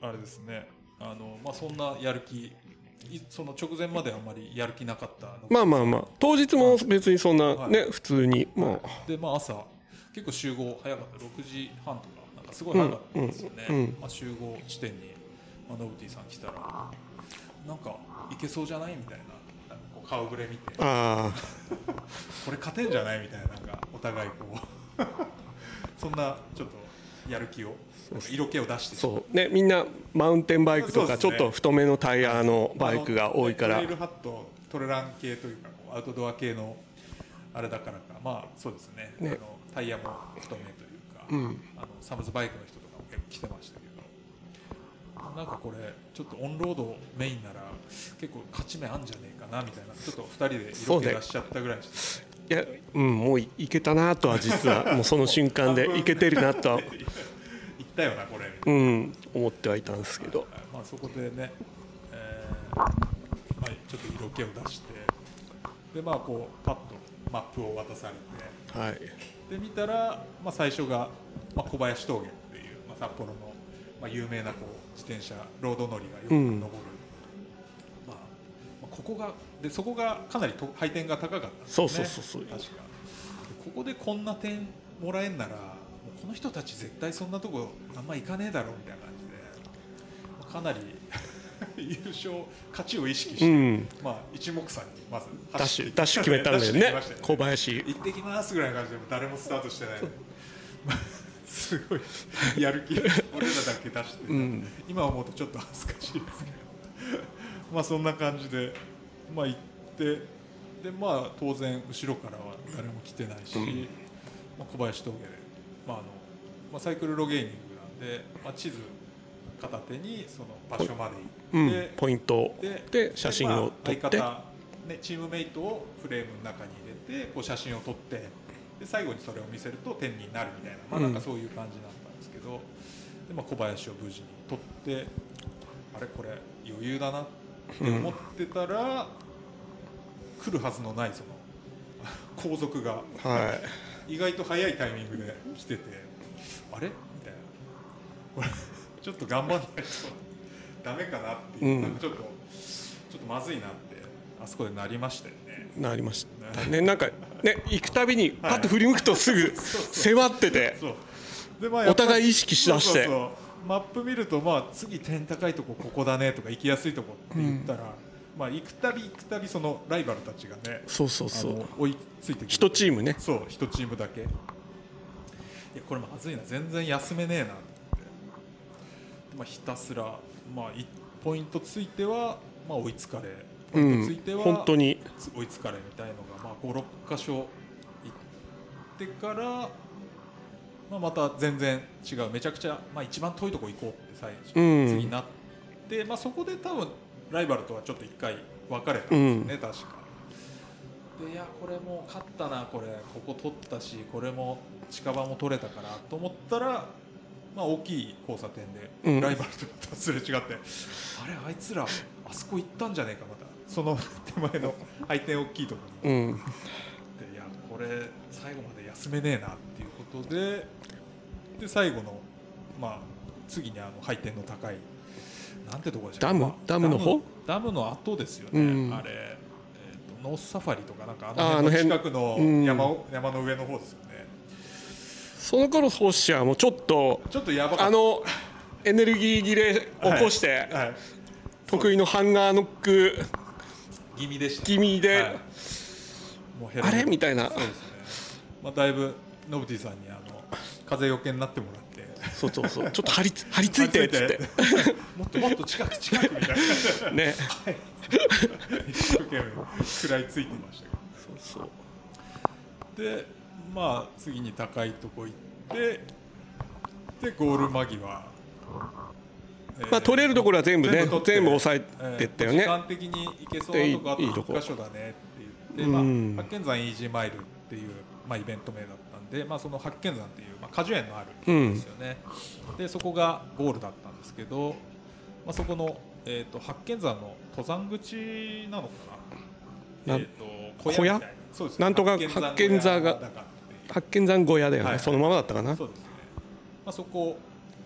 Speaker 1: あれですね、あのまあ、そんなやる気いその直前まであんまりやる気なかったのか
Speaker 2: まあまあまあ当日も別にそんなね普通にまあ
Speaker 1: でまあ朝結構集合早かった6時半とかなんかすごい早かったんですよね、
Speaker 2: うんうんうん
Speaker 1: まあ、集合地点に、まあ、ノブティさん来たらなんかいけそうじゃないみたいななんかこう顔ぶれ見てこ
Speaker 2: ああ
Speaker 1: れ勝てんじゃないみたいななんかお互いこう [laughs] そんなちょっとやる気を色気を出して
Speaker 2: そうねみんなマウンテンバイクとかち
Speaker 1: そ
Speaker 2: ょ
Speaker 1: う
Speaker 2: っ
Speaker 1: ですね
Speaker 2: と太めのタイヤのバイクが多いか
Speaker 1: あ
Speaker 2: ら
Speaker 1: のトレイルハットトレラン系というかこうアウトドア系のあれだからかまあそうですね
Speaker 2: ね
Speaker 1: あのタイヤも太めというか、
Speaker 2: うん
Speaker 1: あのサムズバイクの人とかも結構来てましたけどなんかこれちょっとオンロードメインなら結構勝ち目あんじゃねえかなみたいなちょっと2人で色気出しちゃったぐらいでしたね
Speaker 2: いやうんもういいけたなとは
Speaker 1: [laughs]
Speaker 2: 実はもうその瞬間でいけてるなとは
Speaker 1: いったよなこれみたいな
Speaker 2: うん思ってはいたんですけど
Speaker 1: はいまあ、そこでね、えーまあ、ちょっと色気を出してでまあこうパッとマップを渡されて
Speaker 2: はい
Speaker 1: で見たら、まあ、最初が、まあ、小林峠っていう、まあ、札幌の、まあ、有名なこう自転車ロード乗りがよく登る、
Speaker 2: うん
Speaker 1: まあまあここがでそこがかなりと配点が高かったんです
Speaker 2: そう
Speaker 1: ね
Speaker 2: そうそうそう
Speaker 1: 確かでここでこんな点もらえんならもうこの人たち絶対そんなとこあんま行かねえだろうみたいな感じでかなり [laughs] 優勝勝ちを意識して、
Speaker 2: うん
Speaker 1: まあ、一目散にまず
Speaker 2: ダッ
Speaker 1: 走
Speaker 2: シ
Speaker 1: って
Speaker 2: ュダッシュ決めたんだよ
Speaker 1: ダッ
Speaker 2: ね
Speaker 1: シュで行きました
Speaker 2: 小林
Speaker 1: 行ってきますぐらいの感じでも誰もスタートしてない
Speaker 2: [laughs]
Speaker 1: のにすごいやる気俺らだけ出して、
Speaker 2: ん
Speaker 1: 今思うとちょっと恥ずかしいですけどまあそんな感じでまあ行ってでまあ当然後ろからは誰も来てないし、まあ、小林峠で、まああのまあ、サイクルロゲーニングなんで、まあ、地図片手にその場所ま
Speaker 2: う
Speaker 1: で行って、
Speaker 2: んポイントで写真を撮っ
Speaker 1: まあ
Speaker 2: て
Speaker 1: 相方、ね、チームメイトをフレームの中に入れてこう写真を撮ってで最後にそれを見せると点になるみたいな,、まあ、
Speaker 2: うん
Speaker 1: なんかそういう感じだったんですけど、でまあ、小林を無事に撮ってあれこれ余裕だなって思ってたら、来るはずのないその [laughs] 後続が
Speaker 2: は
Speaker 1: 意外と早いタイミングで来ててあれみたいな俺 [laughs] ちょっと頑張んないとダメかなっていう、
Speaker 2: うん
Speaker 1: なんかちょっとちょっとまずいなってあそこでなりましたよね
Speaker 2: いなりましたねなんかね行くたびにパッと振り向くとすぐ背負ってて
Speaker 1: そうでまあ
Speaker 2: お互い意識しだし
Speaker 1: そう
Speaker 2: て
Speaker 1: そうそうマップ見るとまあ次点高いとこここだねとか行きやすいとこって言ったら、まあ行くたび行くたびそのライバルたちがね
Speaker 2: そうそうそ
Speaker 1: あ
Speaker 2: う
Speaker 1: の追いついてくる
Speaker 2: 一チームね
Speaker 1: そう一チームだけいやこれまずいな全然休めねえなと思って、まあ、ひたすら、まあ、いポイントついては、まあ、追いつかれポ
Speaker 2: う
Speaker 1: イントつい
Speaker 2: ん
Speaker 1: ては、
Speaker 2: 本当に
Speaker 1: つ追いつかれみたいのが、まあ、56箇所行ってから、まあ、また全然違うめちゃくちゃ、まあ、一番遠いとこ行こうって最初、
Speaker 2: うん
Speaker 1: 次なって、まあ、そこで多分ライバルとはちょっと一回別れたんですよね、確か。でいやこれもう勝ったなこれここ取ったしこれも近場も取れたからと思ったら、まあ、大きい交差点
Speaker 2: うん
Speaker 1: でライバルとまたすれ違って、あれあいつらあそこ行ったんじゃねえかまたその手前の配点大きいところ
Speaker 2: う
Speaker 1: に行
Speaker 2: ん
Speaker 1: って、いやこれ最後まで休めねえなっていうことでで最後の、まあ、次にあの配点の高いなんてところでしたっけ
Speaker 2: ダム
Speaker 1: まあ
Speaker 2: ダムの方
Speaker 1: ダムの後ですよね、
Speaker 2: うん
Speaker 1: あれ、えーとノースサファリとかなんか
Speaker 2: あー
Speaker 1: あの
Speaker 2: あの
Speaker 1: 辺
Speaker 2: 辺
Speaker 1: の近くの
Speaker 2: うん
Speaker 1: 山を、山の上の方ですよね
Speaker 2: その頃ホッシャーもちょっと
Speaker 1: ちょっとやばか
Speaker 2: あ
Speaker 1: った
Speaker 2: のエネルギー切れ起こして、
Speaker 1: はい、
Speaker 2: 得意のハンガーノック
Speaker 1: 気味でした
Speaker 2: 気味で、
Speaker 1: はいもうヘロ
Speaker 2: あれみ
Speaker 1: い
Speaker 2: たいな
Speaker 1: そうですね、まあ、だいぶノブティさんにあの風よけになってもらって
Speaker 2: そうそうそうちょっと張りつ張り付いてっつって
Speaker 1: [laughs] もっともっと近く近くみた
Speaker 2: [laughs]
Speaker 1: いな
Speaker 2: ね
Speaker 1: 一生懸命食らいついてましたけど
Speaker 2: そうそう
Speaker 1: でまあ次に高いとこ行ってでゴール間際、
Speaker 2: まあ取れるところは全部ね
Speaker 1: 取って
Speaker 2: 全部抑えてったよね
Speaker 1: えー時間的に行けそうなとこあと
Speaker 2: でいいいいとこ
Speaker 1: 1箇所だねって言って、
Speaker 2: うん
Speaker 1: まあ、八犬山イージーマイルっていう、まあ、イベント名だったんで、まあ、その八犬山っていう、まあ、果樹園のある
Speaker 2: うん
Speaker 1: ですよね、でそこがゴールだったんですけど、まあ、そこの、えー、と八犬山の登山口なのかな
Speaker 2: なん
Speaker 1: えー、と小屋みたいなそうですね
Speaker 2: なんとか
Speaker 1: 八
Speaker 2: 八犬座が
Speaker 1: 小屋だからっていう
Speaker 2: 八犬山小屋だよね、
Speaker 1: はい
Speaker 2: そのままだったかな
Speaker 1: そうですね、まあ、そこ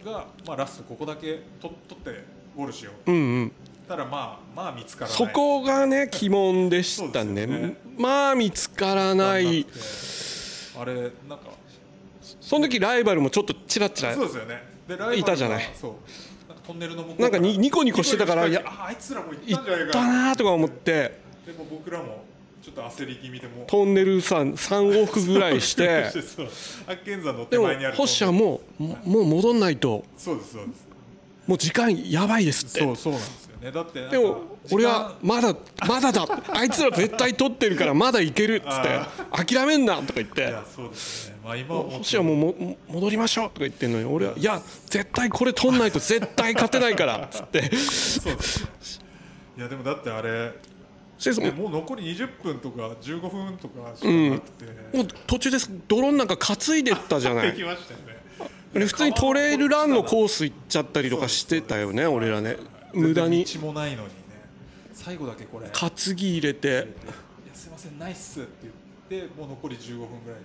Speaker 1: が、まあ、ラストここだけと取ってウォルシュを
Speaker 2: うんうん、
Speaker 1: ただまあまあ見つからない
Speaker 2: そこがね鬼門でした
Speaker 1: そ
Speaker 2: ね
Speaker 1: うですよね
Speaker 2: まあ見つから
Speaker 1: な
Speaker 2: な
Speaker 1: くて
Speaker 2: い
Speaker 1: あれなんか
Speaker 2: その時ライバルもちょっとちらちら
Speaker 1: そうですよねでライバルが
Speaker 2: いたじゃない
Speaker 1: そうなんかトンネルの向こう
Speaker 2: なんかにニコニコしてたから
Speaker 1: ニコニ
Speaker 2: い
Speaker 1: コしてああいつらもう行
Speaker 2: 行
Speaker 1: ったんじゃない
Speaker 2: っ
Speaker 1: か
Speaker 2: たなとか思って
Speaker 1: でも僕らもちょっと焦り気味でもう
Speaker 2: トンネルさん3往復ぐらいして
Speaker 1: [laughs] そう発見山の手
Speaker 2: でも
Speaker 1: 前にある
Speaker 2: 星は
Speaker 1: も
Speaker 2: もうももう戻んないと
Speaker 1: そうですそうです
Speaker 2: もう時間やばいですって
Speaker 1: そうそうなんですよねだってなんか
Speaker 2: でも
Speaker 1: 時間
Speaker 2: 俺はまだまだだあいつら絶対取ってるからまだいけるっつって諦めんなとか言っ
Speaker 1: い
Speaker 2: て
Speaker 1: やそうですねまあ今はも
Speaker 2: 星はもうもも戻りましょうとか言ってんのに俺はいや絶対これ取んないと絶対勝てないからっ
Speaker 1: [laughs]
Speaker 2: つって
Speaker 1: そうですねいやでもだってあれ
Speaker 2: そして
Speaker 1: ね
Speaker 2: も
Speaker 1: もう残り20分とか15分とかしかなくて、
Speaker 2: うもう途中ですドローンなんか担いでったじゃな
Speaker 1: で
Speaker 2: い
Speaker 1: きましたよね
Speaker 2: で普通にトレイルランのコース行っちゃったりとかしてたよね俺らね無駄に
Speaker 1: 全然道もないのにね最後だけこれ
Speaker 2: 担ぎ入れて
Speaker 1: いやすいませんないっすって言ってもう残り15分ぐらい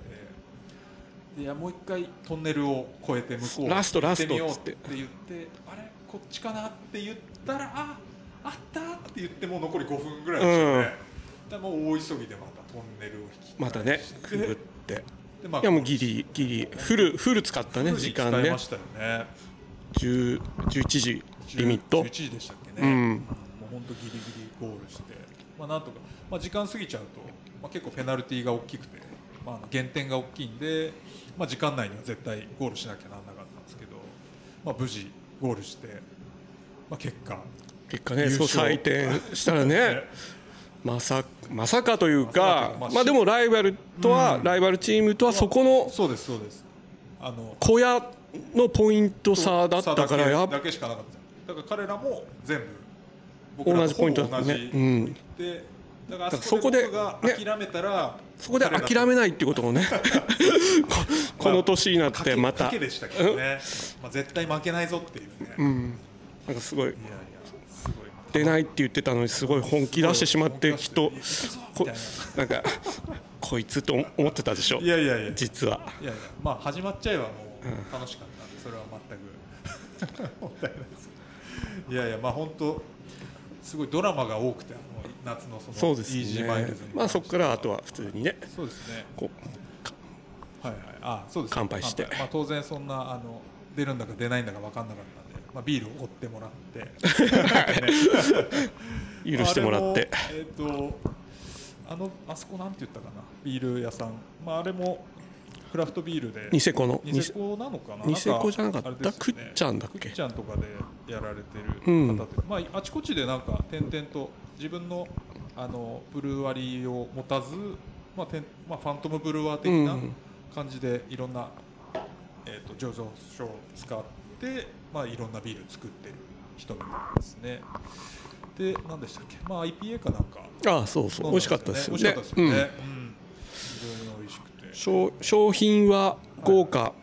Speaker 1: でいやもう一回トンネルを越えて向こう
Speaker 2: ラスト
Speaker 1: 行ってみよう
Speaker 2: ラ
Speaker 1: っ
Speaker 2: スト
Speaker 1: て
Speaker 2: っつって
Speaker 1: 言ってあれこっちかなって言ったらああったって言ってもう残り5分ぐらいでしたよね、だからもう大急ぎでまたトンネルを引き
Speaker 2: またねくぐっ
Speaker 1: で
Speaker 2: て
Speaker 1: でまあ
Speaker 2: いやもうギリギリフルフル使ったね
Speaker 1: フル
Speaker 2: 時
Speaker 1: に
Speaker 2: 間
Speaker 1: 使い
Speaker 2: ね
Speaker 1: ましたよね
Speaker 2: 10 11時リミット
Speaker 1: 11時でしたっけね、
Speaker 2: うん
Speaker 1: もう本当ギリギリゴールして、まあ、なんとか、まあ、時間過ぎちゃうと、まあ、結構ペナルティーが大きくて、まあ、減点が大きいんで、まあ、時間内には絶対ゴールしなきゃなんなかったんですけど、まあ、無事ゴールして、まあ、結果、
Speaker 2: 結果ね
Speaker 1: 優
Speaker 2: そう
Speaker 1: 勝
Speaker 2: 採点した
Speaker 1: [laughs]
Speaker 2: らねまさまさかというか
Speaker 1: まさかまあ
Speaker 2: まあでもライバルとは
Speaker 1: うん
Speaker 2: ライバルチームとはそこの
Speaker 1: そうです、そうです。あの
Speaker 2: 小屋のポイント差だったからや
Speaker 1: 差
Speaker 2: っ
Speaker 1: だけしかなかっただから彼らも全部僕らと
Speaker 2: 同じポイント
Speaker 1: ほ
Speaker 2: だっ
Speaker 1: ぼ
Speaker 2: た
Speaker 1: 同
Speaker 2: ね
Speaker 1: じ、
Speaker 2: うん、
Speaker 1: でだからあ
Speaker 2: そ
Speaker 1: そ
Speaker 2: こ
Speaker 1: こ
Speaker 2: で
Speaker 1: で僕が
Speaker 2: ね
Speaker 1: 諦めたら、
Speaker 2: そこで諦めないってことをね [laughs] ここの年になっ
Speaker 1: 賭
Speaker 2: て
Speaker 1: け
Speaker 2: ま
Speaker 1: 賭
Speaker 2: た
Speaker 1: けでしたけどね、まあ、絶対負けないぞっていうね、
Speaker 2: う
Speaker 1: いや
Speaker 2: んなんかすごい
Speaker 1: いやすごい
Speaker 2: 出ないって言ってたのにすごい本気出してしまってきっと
Speaker 1: 本気出して行くぞみ
Speaker 2: こ
Speaker 1: たい
Speaker 2: なんかこいつと思ってたでしょ
Speaker 1: ないやいやいやいや
Speaker 2: 実はい
Speaker 1: やまあ始まっちゃえばもう楽しかったんでそれは全く [laughs] 問題ないですけどいやいやまあ本当すごいドラマが多くてあの夏のその
Speaker 2: そうです
Speaker 1: イージーマイル
Speaker 2: ね
Speaker 1: ズに関しては
Speaker 2: まあそこからあとは普通にね
Speaker 1: そうですね
Speaker 2: こ
Speaker 1: はいはいあそうですね
Speaker 2: 乾杯して
Speaker 1: まあ、当然そんなあの出るんだか出ないんだか分かんなかったんで、まあ、ビールを追ってもらって、
Speaker 2: う [laughs] 許してもらって
Speaker 1: あれもえっ、とあのあそこなんて言ったかなビール屋さんまああれもクラフトビールで
Speaker 2: ニセコの
Speaker 1: ニセコなのかな
Speaker 2: ニセコじゃなかった
Speaker 1: んあれですよ
Speaker 2: くっちゃんだっけ
Speaker 1: くっちゃんとかでやられてる方
Speaker 2: うん
Speaker 1: で、まああちこちでなんか点々と自分のあのブルワリーを持たずまあてんまあファントムブルワー的
Speaker 2: う
Speaker 1: なん感じでいろんな、えー、と醸造所を使って、まあ、いろんなビール作ってる人みたいですね。で何でしたっけ、まあ、IPA かなんか
Speaker 2: ああそうそう美味しかったですよ
Speaker 1: 美味し
Speaker 2: ね
Speaker 1: かったです
Speaker 2: う
Speaker 1: よ
Speaker 2: ん
Speaker 1: ね。うん非常に美味しくて。
Speaker 2: 商商品は豪華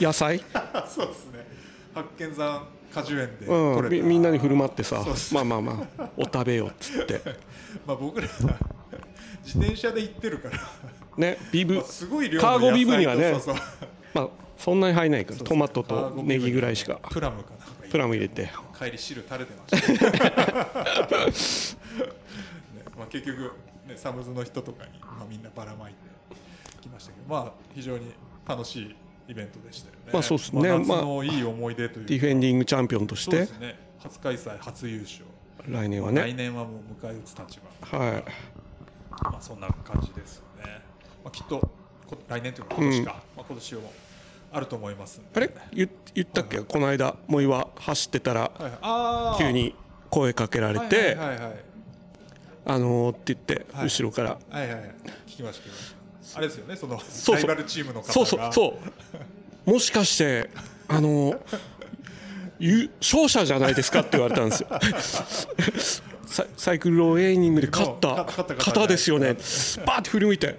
Speaker 2: 野
Speaker 1: [laughs]
Speaker 2: 菜
Speaker 1: [laughs] そうですね。発見山果樹園で
Speaker 2: う
Speaker 1: 取
Speaker 2: ん
Speaker 1: れ
Speaker 2: み
Speaker 1: た、
Speaker 2: みんなに振る舞ってさ
Speaker 1: そうそ
Speaker 2: まあまあまあお食べよっつって
Speaker 1: まあ僕ら自転車で行ってるから、
Speaker 2: ねビ
Speaker 1: ま
Speaker 2: ブ
Speaker 1: あすごい量の野菜
Speaker 2: カー
Speaker 1: と
Speaker 2: ゴビブにはね
Speaker 1: そうそう
Speaker 2: まあそんなに入らないから
Speaker 1: そう
Speaker 2: トマト
Speaker 1: カーゴ
Speaker 2: と
Speaker 1: ビブに
Speaker 2: ネギぐらいしか
Speaker 1: プラムかなんか入れて
Speaker 2: プラム入れて
Speaker 1: 帰り汁垂れてました、 [laughs] ねまあ、結局、ね、サムズの人とかに、まあ、みんなばらまいてきましたけど、まあ、非常に楽しいイベントでしたよね。
Speaker 2: まあそうっすね
Speaker 1: まあ夏のいい思い出というか、
Speaker 2: ディフェンディングチャンピオンとし
Speaker 1: そうで
Speaker 2: て
Speaker 1: すね、初開催、初優勝、
Speaker 2: 来年は
Speaker 1: 来
Speaker 2: ね
Speaker 1: 年はもう迎え撃つ立
Speaker 2: は
Speaker 1: 場、まあ、そんな感じですよね。まあ、きっとこ来年というか、今年か、まあ、今年もあると思いますんで
Speaker 2: いあれ言言ったっけこの間もいは走ってたら
Speaker 1: はいはい、あー
Speaker 2: 急に声かけられて
Speaker 1: はいはいはいはい
Speaker 2: 「あのー」って言って
Speaker 1: はい
Speaker 2: 後ろから
Speaker 1: はいはいはい、聞きました聞きました。あれですよね、その
Speaker 2: そう
Speaker 1: ライバルチームの方が。
Speaker 2: そうそうそうもしかしてあのゆ勝者じゃないですかって言われたんですよササイクルローエイニングで勝った
Speaker 1: 勝った方
Speaker 2: 方ですよねバーって振り向いて「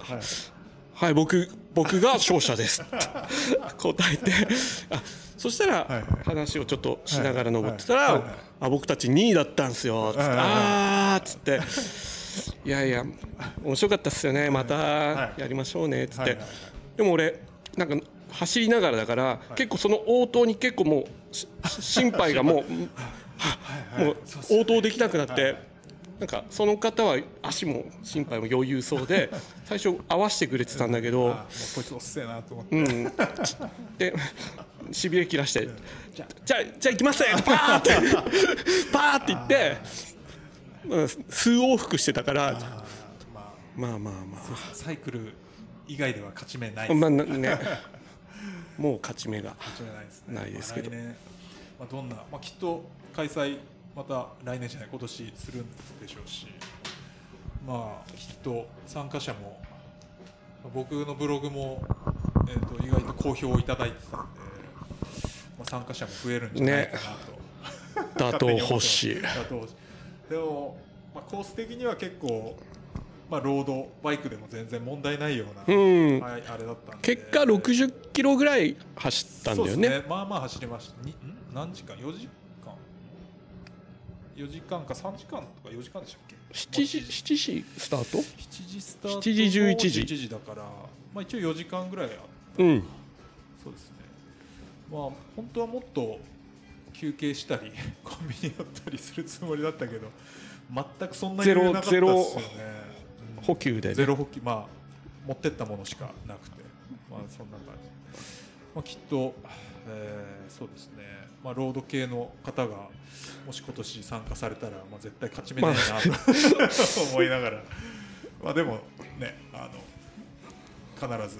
Speaker 2: はい、僕僕が勝者です」って答えてあそしたら、
Speaker 1: はい
Speaker 2: 話をちょっとしながら登ってた
Speaker 1: は
Speaker 2: ら
Speaker 1: いはいはい
Speaker 2: 「あ僕たち2位だったんですよ」つって「
Speaker 1: はいはい
Speaker 2: あー」っつって「いやいや面白かったっすよねまたやりましょうね」つって、
Speaker 1: はいはいはい
Speaker 2: でも俺なんか走りながらだから、結構その応答に結構もうしし心配がもうもう応答できなくなってなんかその方は足も心配も余裕そう [laughs] で最初合わせてくれてたんだけど
Speaker 1: あもうこいつおっせえなと思って、
Speaker 2: うんでしびれ切らして「じ
Speaker 1: じ
Speaker 2: ゃ
Speaker 1: ゃ
Speaker 2: あじゃあ行き [laughs] ますね」パーってパーって行ってうん数往復してたから
Speaker 1: あーま
Speaker 2: まあまあ
Speaker 1: あ
Speaker 2: ま
Speaker 1: サイクル以外では勝ち目ないで
Speaker 2: あ
Speaker 1: す
Speaker 2: まあなねもう勝ち目が
Speaker 1: 間違いないですね。
Speaker 2: ないですけど
Speaker 1: まあ来年まあどんな、まあきっと開催また来年じゃない今年するんでしょうし、まあきっと参加者もまあ僕のブログもえっ、と意外と好評をいただいてたんで、まあ参加者も増えるんじゃないかなと。
Speaker 2: 打倒星
Speaker 1: 打倒星でも、まあ、コース的には結構。まあ、ロードバイクでも全然問題ないような、
Speaker 2: うん
Speaker 1: はい、あれだったんで
Speaker 2: 結果60キロぐらい走ったんだよ
Speaker 1: そう
Speaker 2: ね
Speaker 1: ですねまあまあ走りましたにん何時間4時間4時間か3時間とか4時間でしたっけ
Speaker 2: 7時
Speaker 1: まあ
Speaker 2: 7時スタート
Speaker 1: 7時スタートの
Speaker 2: 7時11時
Speaker 1: 11時だからまあ一応4時間ぐらいあ
Speaker 2: うん
Speaker 1: そうですねまあ本当はもっと休憩したりコンビニ寄ったりするつもりだったけど全くそんなに
Speaker 2: ゼロ
Speaker 1: 余裕なかったですよねうん
Speaker 2: 補給でね
Speaker 1: ゼロ補給まあ持ってったものしかなくてまあそんな感じ、まあ、きっと、えーそうですねまあロード系の方がもし今年参加されたら、まあ、絶対勝ち目ないなと [laughs] 思いながらまあでもねあの必ず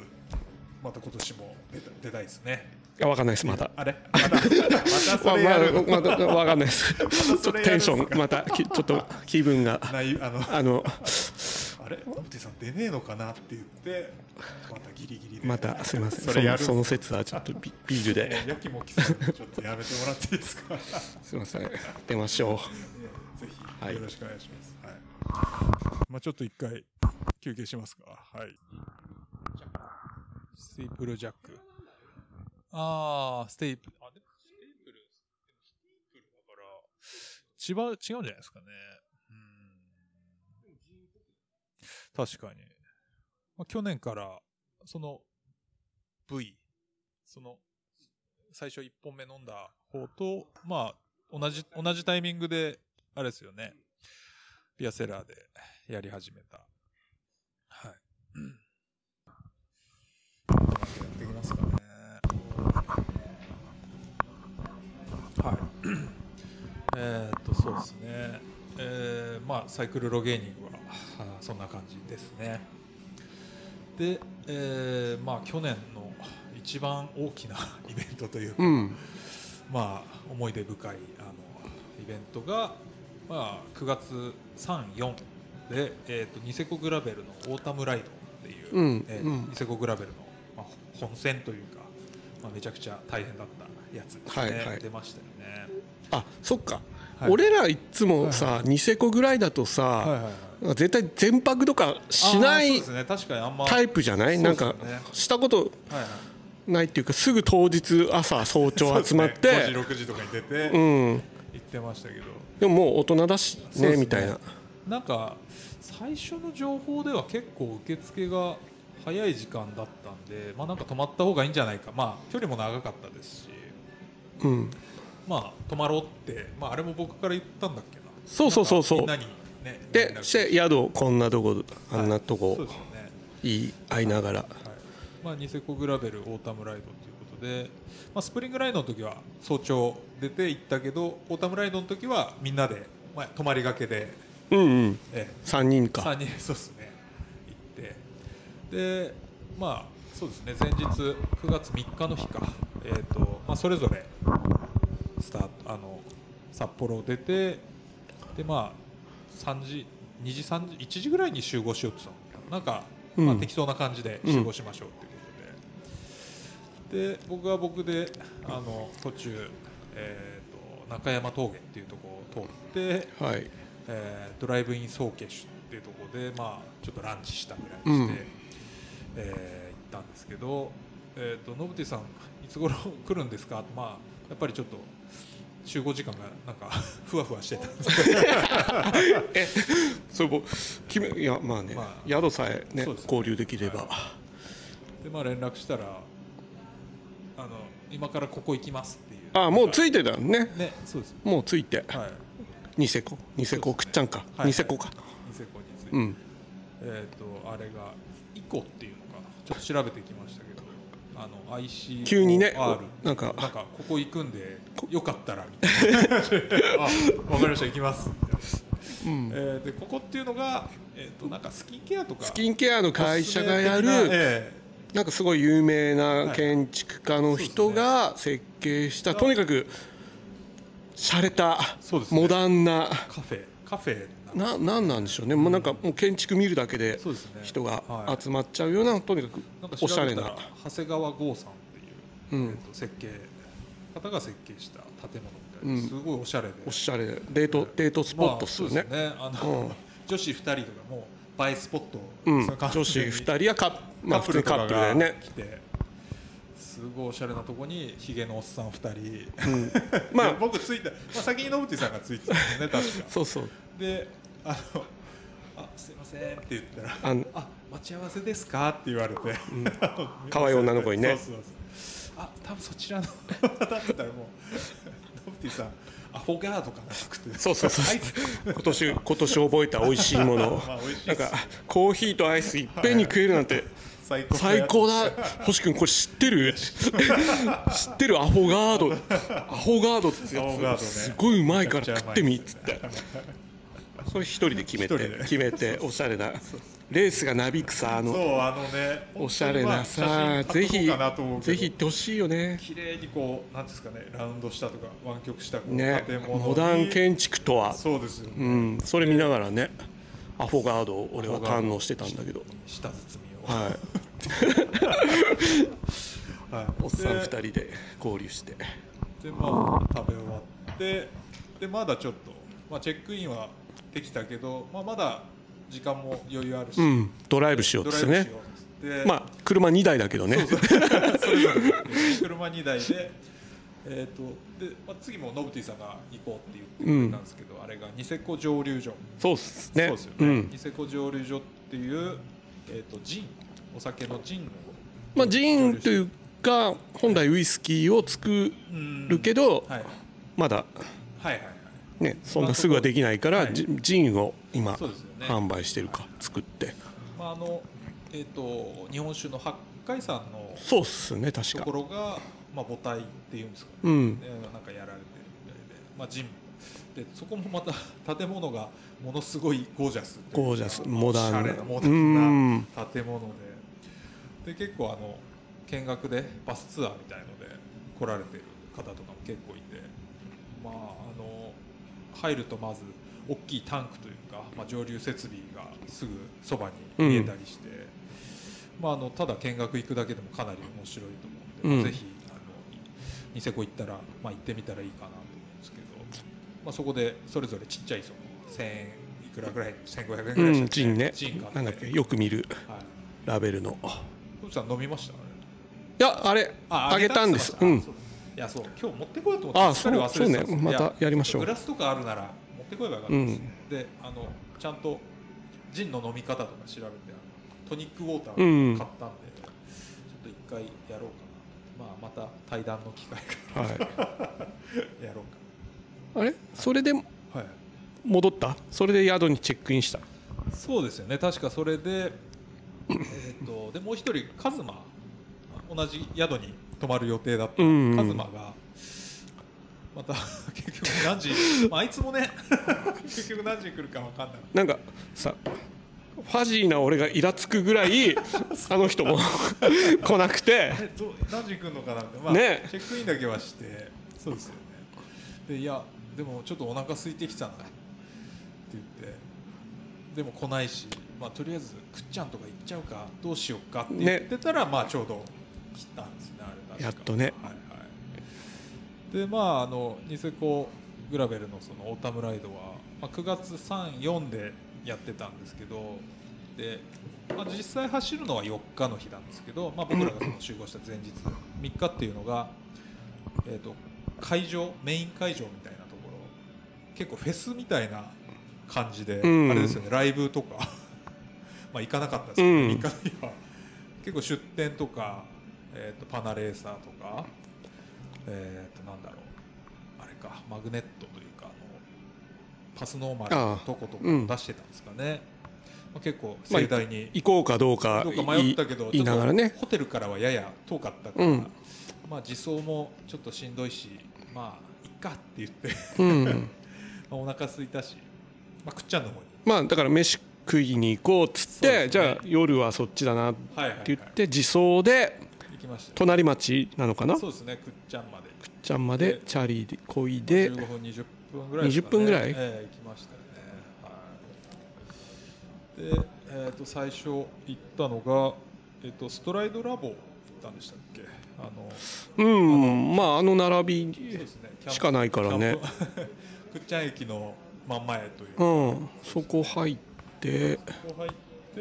Speaker 1: また今年も出た出たいですね
Speaker 2: あわかんないですまだ
Speaker 1: あれまたまた [laughs] そ
Speaker 2: まあ
Speaker 1: れ
Speaker 2: ま
Speaker 1: や
Speaker 2: あ
Speaker 1: るの、
Speaker 2: まだわかんないです。ちょっと
Speaker 1: [laughs] それや
Speaker 2: テ
Speaker 1: る
Speaker 2: ン
Speaker 1: んす
Speaker 2: シ
Speaker 1: か
Speaker 2: ョンまた
Speaker 1: [laughs]
Speaker 2: きちょっと気分が
Speaker 1: ないあの
Speaker 2: あの
Speaker 1: あれトムテさん出ねえのかなって言ってまたギリギリで
Speaker 2: またすみません。そ
Speaker 1: それや
Speaker 2: の
Speaker 1: る
Speaker 2: その説はちょっとビビールで
Speaker 1: やきもきさんちょっとやめてもらっていいですか
Speaker 2: すみません出ましょ
Speaker 1: ぜ
Speaker 2: はい
Speaker 1: ひよろしくお願いします、はいまあ、ちょっと一回休憩しますかはいステープルジャックああステープあでもステープルでもステープルだから千葉違うんじゃないですかねうん確かに、まあ、去年からその V その最初1本目飲んだ方と、まあ、同じ、同じタイミングで、あれですよね、ピアセラーでやり始めた。はい。うまくやっていきますかね。はい。えーっと、そうですね。えーまあ、サイクルロゲーニングは、あーそんな感じですね。で、えーまあ、去年の一番大きな [laughs] イベントというか
Speaker 2: う。う、ん
Speaker 1: まあ、思い出深いあのイベントが、まあ、9月3、4で、えー、とニセコグラベルのオータムライドっていう、
Speaker 2: うん
Speaker 1: えー
Speaker 2: うん
Speaker 1: ニセコグラベルの、まあ、ほ本戦というか、まあ、めちゃくちゃ大変だったやつですね、
Speaker 2: はいはい
Speaker 1: 出ましたよね。
Speaker 2: あそっか。
Speaker 1: はい
Speaker 2: 俺らいつもさニセコぐらいだとさ
Speaker 1: はい、
Speaker 2: 絶対全泊とかし
Speaker 1: あ
Speaker 2: な
Speaker 1: ー
Speaker 2: い
Speaker 1: そうですね確かにあんま
Speaker 2: タイプじゃない
Speaker 1: そう
Speaker 2: な
Speaker 1: で
Speaker 2: ん
Speaker 1: すね
Speaker 2: かしたこと
Speaker 1: はいはい
Speaker 2: ないっていうかすぐ当日朝早朝集まっ
Speaker 1: そうですね
Speaker 2: て
Speaker 1: 5時6時とかに出て
Speaker 2: う
Speaker 1: 行
Speaker 2: ん
Speaker 1: ってましたけど、
Speaker 2: でももう大人だし
Speaker 1: そうです
Speaker 2: ね
Speaker 1: ね
Speaker 2: みたいな。
Speaker 1: なんか最初の情報では結構受付が早い時間だったんで、まあ、なんか泊まった方がいいんじゃないか、まあ、距離も長かったですし、
Speaker 2: うん
Speaker 1: まあ、泊まろうって、まあ、あれも僕から言ったんだっけな
Speaker 2: そうそうそうそう
Speaker 1: なんかみんなにね
Speaker 2: で
Speaker 1: 連絡
Speaker 2: して宿こんなとこあんなと
Speaker 1: そう
Speaker 2: こ
Speaker 1: ですよね
Speaker 2: いい会いながら
Speaker 1: はいまあ、ニセコグラベルオータムライドということで、まあ、スプリングライドの時は早朝出て行ったけどオータムライドの時はみんなで、まあ、泊まりがけで、
Speaker 2: うんうん
Speaker 1: ええ
Speaker 2: 3人か
Speaker 1: 3人そう [laughs] ですね行ってでまあそうですね前日9月3日の日か、えーとまあ、それぞれスタートあの札幌を出てでまあ3時2時3時1時ぐらいに集合しようって言ってたのなんか、
Speaker 2: うん
Speaker 1: まあ、適当な感じで集合しましょうっていうことで、で僕は僕であの途中、えー、と中山峠っていうところを通って
Speaker 2: はい
Speaker 1: えードライブイン総決手っていうところで、まあ、ちょっとランチしたぐらいして、
Speaker 2: うん
Speaker 1: えー行ったんですけど、えー、とノブティさんいつ頃来るんですかまあやっぱりちょっと集合時間がなんか [laughs] ふわふわしてたんですけど
Speaker 2: えそれも決めいやまあね
Speaker 1: まあ
Speaker 2: 宿さえね
Speaker 1: そうですね
Speaker 2: 交流できれば
Speaker 1: で、まあ、連絡したらあの「今からここ行きます」っていう
Speaker 2: あもうついてたのね
Speaker 1: ねそうです
Speaker 2: もうついて
Speaker 1: はい
Speaker 2: ニセコニセコくっちゃんか
Speaker 1: はい
Speaker 2: ニセコか
Speaker 1: ニセコについて、
Speaker 2: うん
Speaker 1: えっ、とあれがイコっていうのかなちょっと調べてきましたけどあの IC
Speaker 2: 急にね
Speaker 1: な
Speaker 2: なんん
Speaker 1: か
Speaker 2: か
Speaker 1: なんかここ行くんでよかったらみたい
Speaker 2: [laughs]
Speaker 1: なあわかりました行きますみたいな
Speaker 2: うん
Speaker 1: えー、でここっていうのが、えー、となんかスキンケアとか
Speaker 2: スキンケアの会社がや
Speaker 1: おすすめ的な
Speaker 2: る
Speaker 1: え
Speaker 2: なんかすごい有名
Speaker 1: は
Speaker 2: ない建築家の人が設計したとにかく洒落た
Speaker 1: そうですね
Speaker 2: モダンな
Speaker 1: ーカフェカフェなん
Speaker 2: ななんなんでしょうねもうなんかもう建築見るだけで
Speaker 1: そうですね
Speaker 2: 人が
Speaker 1: はい
Speaker 2: 集まっちゃうようなとにかく
Speaker 1: なんか
Speaker 2: おし
Speaker 1: 調
Speaker 2: ゃ
Speaker 1: べ
Speaker 2: れ
Speaker 1: た
Speaker 2: な
Speaker 1: ら長谷川剛さんっていう、
Speaker 2: う
Speaker 1: え
Speaker 2: ん
Speaker 1: ー、と設計方が設計した建物みたいな、すごいおしゃれで
Speaker 2: おしゃれでデートデートスポットっすよね
Speaker 1: まあそうですねあの
Speaker 2: うん
Speaker 1: 女子2人とかもう映えスポット、
Speaker 2: うん
Speaker 1: その完
Speaker 2: 女子
Speaker 1: 全に
Speaker 2: 2人はカッ,、まあ、
Speaker 1: カップ
Speaker 2: 普通
Speaker 1: ル
Speaker 2: に
Speaker 1: と
Speaker 2: カ
Speaker 1: か
Speaker 2: ップルだよ
Speaker 1: が
Speaker 2: ね
Speaker 1: 来てすごいおしゃれなとこにヒゲのおっさん2人、
Speaker 2: ま
Speaker 1: まあ
Speaker 2: あ
Speaker 1: [laughs] 僕ついた、まあ、先にノブティさんがついてたんですよね
Speaker 2: [laughs]
Speaker 1: 確か
Speaker 2: そうそう
Speaker 1: であのあすいませんって言ったら
Speaker 2: あの
Speaker 1: あ待ち合わせですかって言われて、
Speaker 2: 可愛い女の子にね
Speaker 1: そうそうそうあ多分そちらのだったらもうノブティさんアホガードかなくて
Speaker 2: そうそうそう
Speaker 1: あいつ
Speaker 2: 今年今年覚えた美味しいもの
Speaker 1: [laughs] まあ美味しい
Speaker 2: な
Speaker 1: っ
Speaker 2: ん
Speaker 1: すね
Speaker 2: かコーヒーとアイスいっぺんに食えるなんて
Speaker 1: 最高
Speaker 2: 最高だ星君これ知ってる知ってるアホガードアホガードって
Speaker 1: アホガード
Speaker 2: や
Speaker 1: ね
Speaker 2: つすごいうまいから
Speaker 1: めちゃくちゃ
Speaker 2: 食
Speaker 1: うま
Speaker 2: っ
Speaker 1: い
Speaker 2: て
Speaker 1: っすね
Speaker 2: みっつってそれ一人で決めて
Speaker 1: 一人で
Speaker 2: 決めておしゃれなレースがなびくさあ
Speaker 1: そう
Speaker 2: の
Speaker 1: あのね
Speaker 2: おしゃれなさ
Speaker 1: 本当に
Speaker 2: ぜ
Speaker 1: まあ写真撮っとこうか
Speaker 2: ひ
Speaker 1: なと思うけど
Speaker 2: ぜひ行ってほしいよね
Speaker 1: 綺麗にこうなんですかねラウンドしたとか湾曲したこう
Speaker 2: ね
Speaker 1: 建物に
Speaker 2: モダン建築とは
Speaker 1: そうですよね、
Speaker 2: うんそれ見ながらねアホガードを俺は堪能してたんだけど
Speaker 1: 舌包みを、
Speaker 2: はい
Speaker 1: [laughs] はい
Speaker 2: おっさん
Speaker 1: で
Speaker 2: 2人で合流して
Speaker 1: でまあ食べ終わってでまだちょっと、まあ、チェックインはできたけど、まあ、まだ時間も余裕あるし、
Speaker 2: うんドライブしよう
Speaker 1: ド
Speaker 2: っ
Speaker 1: ラ
Speaker 2: つ
Speaker 1: イ
Speaker 2: って
Speaker 1: ブし
Speaker 2: ね
Speaker 1: ようで、
Speaker 2: まあ車2台だけど [laughs] ね
Speaker 1: あ、それぞれ車2台で,、えーとでまあ、次もノブティさんが行こうって言ってくれたんですけど、あれがニセコ蒸留所、
Speaker 2: そうっすね
Speaker 1: そうですよ
Speaker 2: う
Speaker 1: ね、
Speaker 2: ん
Speaker 1: ニセコ蒸留所っていう、えー、とジンお酒のジンの
Speaker 2: まあ、ジーンというか本来ウイスキーを作るけど、
Speaker 1: はい、はい
Speaker 2: まだ、
Speaker 1: はいはい
Speaker 2: ね、そんなすぐはできないから、
Speaker 1: はい
Speaker 2: ジジーンを今、
Speaker 1: そうですよね
Speaker 2: 販売してるか作って
Speaker 1: まああのえっ、と日本酒の八海山の
Speaker 2: そうっすね確
Speaker 1: と
Speaker 2: か
Speaker 1: ころが、まあ、母体っていうんですかね、
Speaker 2: うん
Speaker 1: えーなんかやられてるみたいで、まあ、ジムでそこもまた建物がものすごいゴージャス
Speaker 2: ゴージャスモダン
Speaker 1: な
Speaker 2: な
Speaker 1: モダン
Speaker 2: うん
Speaker 1: な建物でで結構あの見学でバスツアーみたいので来られてる方とかも結構いてまああの入るとまず大きいタンクというか、まあ、上流設備がすぐそばに見えたりして、まあ、あのただ見学行くだけでもかなり面白いと思う
Speaker 2: う
Speaker 1: で、
Speaker 2: ん
Speaker 1: まあぜひあのニセコ行ったら、まあ、行ってみたらいいかなと思うんですけど、まあ、そこでそれぞれちっちゃいその1000円いくらぐらい1500円
Speaker 2: う
Speaker 1: ぐらいした
Speaker 2: んジーンね
Speaker 1: ジン買って
Speaker 2: なんだっけよく見る
Speaker 1: はい
Speaker 2: ラベルの
Speaker 1: ふうさん飲みましたあれ
Speaker 2: いやあれあげたんです
Speaker 1: あ
Speaker 2: う
Speaker 1: げ
Speaker 2: ん
Speaker 1: たいやそう今日持ってこようと思って
Speaker 2: あ
Speaker 1: すっかり忘れてたんです
Speaker 2: そうそうね
Speaker 1: い
Speaker 2: またやりましょう
Speaker 1: グラスとかあるなら持ってこればよかったです、であのちゃんとジンの飲み方とか調べてあのトニックウォーターを買ったんで、ちょっと一回やろうかなまあまた対談の機会か
Speaker 2: は
Speaker 1: ら [laughs] やろ
Speaker 2: い、あれそれで
Speaker 1: うかはい
Speaker 2: 戻ったそれで宿にチェックインした
Speaker 1: そうですよね確かそれでえーっとでもう一人カズマ同じ宿に泊まる予定だった、
Speaker 2: うんうん
Speaker 1: カズマがまた [laughs] 結局何時、まあ、あいつもね [laughs] 結局何時に来るか分かんない
Speaker 2: なんかさファジーな俺がイラつくぐら
Speaker 1: [laughs]
Speaker 2: いあの人も [laughs] 来なくて
Speaker 1: えどう何時に来るのかなって、まあ
Speaker 2: ね
Speaker 1: チェックインだけはしてそうですよねでいやでもちょっとお腹空いてきたなって言ってでも来ないし、まあ、とりあえずくっちゃんとか行っちゃうかどうしようかって言ってたら、まあちょうど来たんですねあれ確か
Speaker 2: やっとね
Speaker 1: はいはい、でまああのニセコグラベルのそのオータムライドは、まあ、9月34でやってたんですけどで、まあ、実際走るのは4日の日なんですけど、まあ、僕らがその集合した前日3日っていうのが、えー、と会場メイン会場みたいなところ結構フェスみたいな感じで、
Speaker 2: うん
Speaker 1: あれですよねライブとかまあ行かなかったですけど、
Speaker 2: うん
Speaker 1: 3日の日は結構出店とか、えー、とパナレーサーとか、えー、となんだろうあれかマグネットというかあのパスノーマルのとことか
Speaker 2: ああうん
Speaker 1: 出してたんですかね、まあ、結構
Speaker 2: まあ
Speaker 1: 盛大に、
Speaker 2: 行こうかどうか
Speaker 1: どうか迷ったけどちょ
Speaker 2: い言い
Speaker 1: っ
Speaker 2: なが
Speaker 1: と
Speaker 2: らね
Speaker 1: ホテルからはやや遠かったから、
Speaker 2: うん
Speaker 1: まあ、自走もちょっとしんどいしまあいっかって言って [laughs]
Speaker 2: うん
Speaker 1: まあお腹空いたし、まあ、くっちゃんの方に
Speaker 2: まあだから飯食いに行こうっつっ
Speaker 1: そう
Speaker 2: て、
Speaker 1: です
Speaker 2: じ
Speaker 1: ね
Speaker 2: ゃあ夜はそっちだなって
Speaker 1: はいはいはい
Speaker 2: 言って自走で
Speaker 1: 行きましたよ
Speaker 2: 隣町なのかな
Speaker 1: そうですねくっちゃんまで
Speaker 2: ちゃんまでチャリでこいで
Speaker 1: 15分20分ぐらいですか、ね、
Speaker 2: 20分ぐらい
Speaker 1: ええ行きましたよね、はい、で、えー、と最初行ったのが、えー、とストライドラボ行ったんでしたっけあの
Speaker 2: うんまああの並
Speaker 1: そう
Speaker 2: び
Speaker 1: ですねキャンプ
Speaker 2: しかないからね
Speaker 1: キャンプ [laughs] くっちゃん駅の真ん前という
Speaker 2: う
Speaker 1: か、
Speaker 2: んそこ入って
Speaker 1: ここ入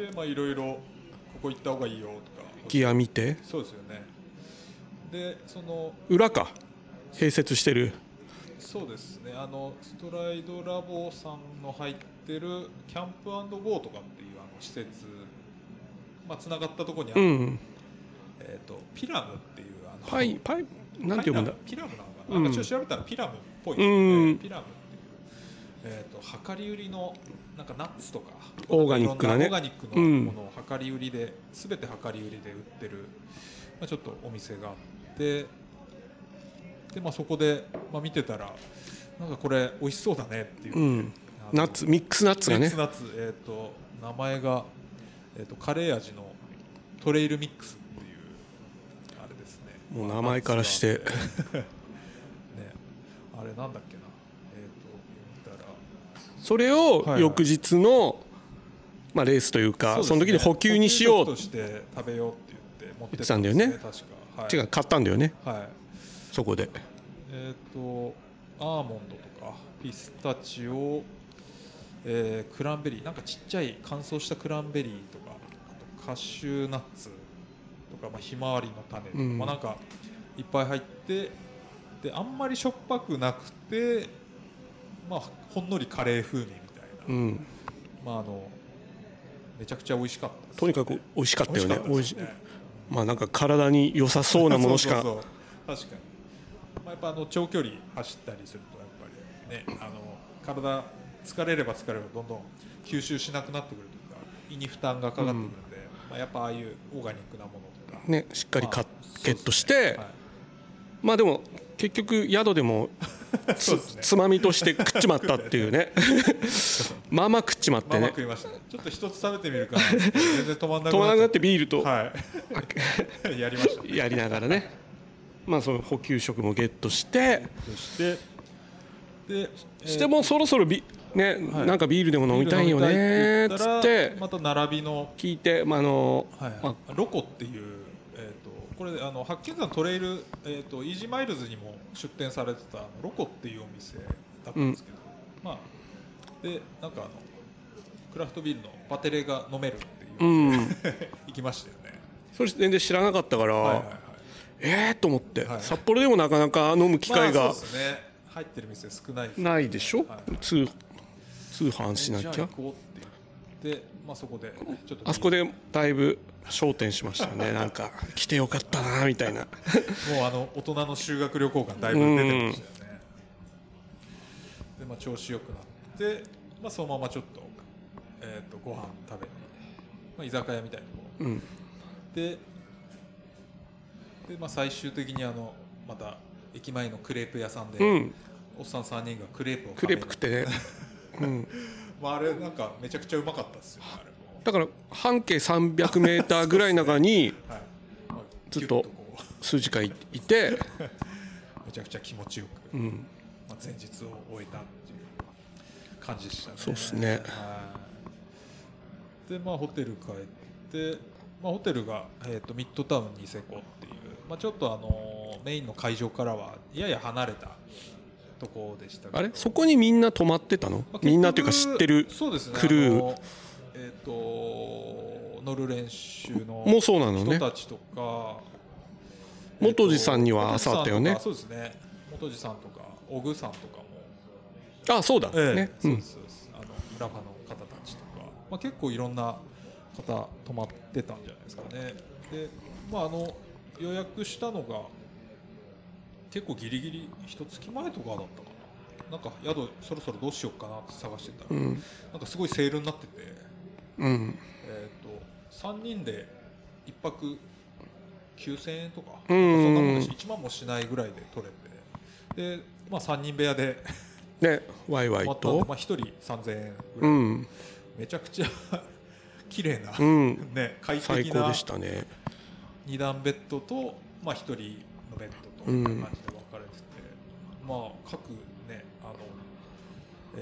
Speaker 1: ってまあいろいろここ行った方がいいよとか
Speaker 2: ギア見て
Speaker 1: そうですよねでその
Speaker 2: 裏か併設してる
Speaker 1: そうですねあのストライドラボさんの入ってるキャンプゴーとかっていうあの施設まあつながったところにあ
Speaker 2: う
Speaker 1: る、
Speaker 2: ん
Speaker 1: えー、とピラムっていうあの
Speaker 2: パイパイなんて読むんだ
Speaker 1: ピラムなのかな,、
Speaker 2: うん
Speaker 1: なんかちょっと調べたらピラムっぽいです
Speaker 2: うん
Speaker 1: ピラムっていう、えー、と量り売りのなんかナッツとか
Speaker 2: オーガニックなね
Speaker 1: いろんオーガニック
Speaker 2: う
Speaker 1: の
Speaker 2: ん
Speaker 1: ものを量り売りで全て量り売りで売ってる、まあ、ちょっとお店があってで、まあ、そこで、まあ、見てたらなんかこれ美味しそうだねっていう、
Speaker 2: うん
Speaker 1: あの
Speaker 2: ナッツミックスナッツが
Speaker 1: ミッ
Speaker 2: ね
Speaker 1: クスナッツ、えー、と名前が、えー、とカレー味のトレイルミックスっていうあれですね
Speaker 2: もう名前からして
Speaker 1: ナッツがあってねあれなんだっけなえっ、と
Speaker 2: それを
Speaker 1: はいはい
Speaker 2: 翌日のまあレースという
Speaker 1: 見たら
Speaker 2: かそ
Speaker 1: そう
Speaker 2: の
Speaker 1: です
Speaker 2: 時
Speaker 1: ね
Speaker 2: に補給にしよ
Speaker 1: 補
Speaker 2: う
Speaker 1: 給食として食べようって言って持って
Speaker 2: 言ってたんだよね
Speaker 1: です確か、はい、
Speaker 2: 違う買ったんだよね
Speaker 1: はい
Speaker 2: そこで
Speaker 1: えっ、とアーモンドとかピスタチオ、えークランベリーなんかちっちゃい乾燥したクランベリーとかあとカシューナッツとか、まあ、ひまわりの種とか、
Speaker 2: うん
Speaker 1: まあ、なんかいっぱい入ってであんまりしょっぱくなくて、まあ、ほんのりカレー風味みたいな、
Speaker 2: うん
Speaker 1: まあ、あのめちゃくちゃ美味しかったです
Speaker 2: とにかく美味しかったよね
Speaker 1: 美
Speaker 2: 美
Speaker 1: 味
Speaker 2: 味
Speaker 1: し
Speaker 2: し
Speaker 1: かったですね
Speaker 2: まあなんか体に良さそうなものしか
Speaker 1: [laughs] そうそうそう確かに、まあ、やっぱあの長距離走ったりするとやっぱりねあの体疲れれば疲れるほどどんどん吸収しなくなってくるというか胃に負担がかかってくるんで、まあ、やっぱああいうオーガニックなものとか、
Speaker 2: ねしっかりカッ
Speaker 1: まあそうですね
Speaker 2: ゲットして、
Speaker 1: はい
Speaker 2: まあでも結局宿でも
Speaker 1: [laughs] そう
Speaker 2: つ
Speaker 1: ですね
Speaker 2: つまみとして食っちまったってい
Speaker 1: [laughs]
Speaker 2: うねまあまあ食っちまっ
Speaker 1: まあ
Speaker 2: て
Speaker 1: まあ
Speaker 2: ね
Speaker 1: 食いましたねちょっと一つ食べてみるかなって全然止まんなく
Speaker 2: [laughs] 止まらな
Speaker 1: なっ
Speaker 2: くなっててビールと
Speaker 1: はい
Speaker 2: [laughs]
Speaker 1: やりましたね
Speaker 2: やりながらね [laughs] まあその補給食もゲットして
Speaker 1: そしてで
Speaker 2: してもうそろそろビね
Speaker 1: はい
Speaker 2: なんかビールでも飲みたいよねっつって
Speaker 1: また並びの
Speaker 2: 聞いてまああの
Speaker 1: はいはい
Speaker 2: まあ
Speaker 1: ロコっていう、えー、とこれあの八犬山トレイル、えー、とイージーマイルズにも出店されてたあのロコっていうお店だったんですけど、まあでなんかあのクラフトビールのバテレが飲めるっていう
Speaker 2: う
Speaker 1: の
Speaker 2: ん
Speaker 1: で、 [laughs] 行きましたよね
Speaker 2: それ全然知らなかったから、
Speaker 1: はいはいはい
Speaker 2: ええと思って、
Speaker 1: はい
Speaker 2: 札幌でもなかなか飲む機会
Speaker 1: まあ
Speaker 2: が
Speaker 1: そうですね入ってる店少ないです
Speaker 2: ないでしょ、
Speaker 1: はい
Speaker 2: 通通販しなき
Speaker 1: じ
Speaker 2: ゃ
Speaker 1: ゃあ行こうって言って、まあ、そこでちょっと
Speaker 2: あそこでだいぶ焦点しました
Speaker 1: [laughs]
Speaker 2: ねなんか来てよかったなみたいな
Speaker 1: もうあの大人の修学旅行感だいぶ出てましたよね。でまあ調子よくなって、まあそのままちょっとえっ、とご飯食べに、まあ居酒屋みたいなとこ
Speaker 2: うん
Speaker 1: で、でまあ最終的にあのまた駅前のクレープ屋さんで、
Speaker 2: うん
Speaker 1: おっさん三人がクレープを食
Speaker 2: ク
Speaker 1: べ
Speaker 2: レ
Speaker 1: に
Speaker 2: ープ食ってね、うん、
Speaker 1: まああれなんかめちゃくちゃうまかったですよねあれも。
Speaker 2: だから半径 300m ぐらいの中に
Speaker 1: はい。まあ
Speaker 2: ずっと
Speaker 1: ギュこう
Speaker 2: 数時間いいて、
Speaker 1: めちゃくちゃ気持ちよく。
Speaker 2: うん、
Speaker 1: まあ、前日を終えたっていう感じでしたね。
Speaker 2: そうっすね
Speaker 1: はいで、まあ、ホテル帰って、まあ、ホテルが、えー、とミッドタウンニセコっていう、まあ、ちょっと、あのーメインの会場からはやや離れたところでしたけど
Speaker 2: あれそこにみんな泊まってたの
Speaker 1: まあ
Speaker 2: みんなというか知ってる
Speaker 1: 結局そうですね
Speaker 2: クルー
Speaker 1: あのえっ、と乗る練習の
Speaker 2: もうそうなのね
Speaker 1: 人たちとか、
Speaker 2: 元次さんには朝あったよね
Speaker 1: 元次さんとかそうですね元次さんとか小具さんとかも
Speaker 2: あそうだ、
Speaker 1: ええ
Speaker 2: ね、
Speaker 1: そう
Speaker 2: う
Speaker 1: で
Speaker 2: ん
Speaker 1: すそうです、あのラファの方たちとか、まあ、結構いろんな方泊まってたんじゃないですかねで、まあ、あの予約したのが結構ギリギリ一月前とかだったかななんか宿そろそろどうしようかなって探してたら、
Speaker 2: うん
Speaker 1: なんかすごいセールになってて
Speaker 2: うん
Speaker 1: えっ、と3人で1泊9000円とか、
Speaker 2: うんうんうん
Speaker 1: そんなもんだし1万もしないぐらいで取れてで、まあ、3人部屋で
Speaker 2: ねワイワイ
Speaker 1: 泊まったんで、
Speaker 2: と
Speaker 1: まあ、1人3000円ぐ
Speaker 2: う
Speaker 1: らい、
Speaker 2: ん
Speaker 1: めちゃくちゃ [laughs] 綺麗な、 [laughs]
Speaker 2: うん
Speaker 1: ね快
Speaker 2: 最
Speaker 1: 適
Speaker 2: 高
Speaker 1: な
Speaker 2: でしたね
Speaker 1: 2段ベッドと、まあ、1人のベッドと
Speaker 2: う
Speaker 1: み
Speaker 2: ん
Speaker 1: たいな感じで分かれてて、まあ各ねあの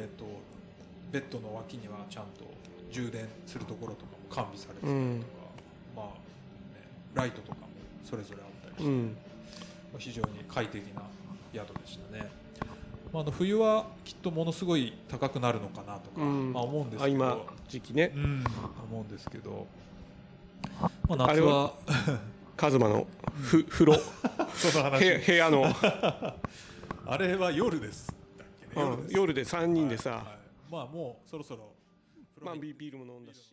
Speaker 1: えっ、とベッドの脇にはちゃんと充電するところとかも完備されてたりとか、
Speaker 2: うん
Speaker 1: まあ、ね、ライトとかもそれぞれあったりして、
Speaker 2: う
Speaker 1: ま
Speaker 2: ん
Speaker 1: あ非常に快適な宿でしたね。まあ、あの冬はきっとものすごい高くなるのかなとか、
Speaker 2: うん
Speaker 1: まあ、思うんです
Speaker 2: あ
Speaker 1: けど
Speaker 2: 今時期ね
Speaker 1: うん、思うんですけど、まあ、
Speaker 2: あ
Speaker 1: 夏
Speaker 2: れ
Speaker 1: は [laughs]
Speaker 2: はカズマのふ風呂
Speaker 1: その
Speaker 2: へ
Speaker 1: 話
Speaker 2: 部
Speaker 1: [laughs]
Speaker 2: 屋の
Speaker 1: あれは夜ですだっけね
Speaker 2: うん
Speaker 1: です
Speaker 2: 夜で3人
Speaker 1: はい
Speaker 2: で
Speaker 1: は
Speaker 2: さ
Speaker 1: いまあもうそろそろ
Speaker 2: まあビビールも飲んだし。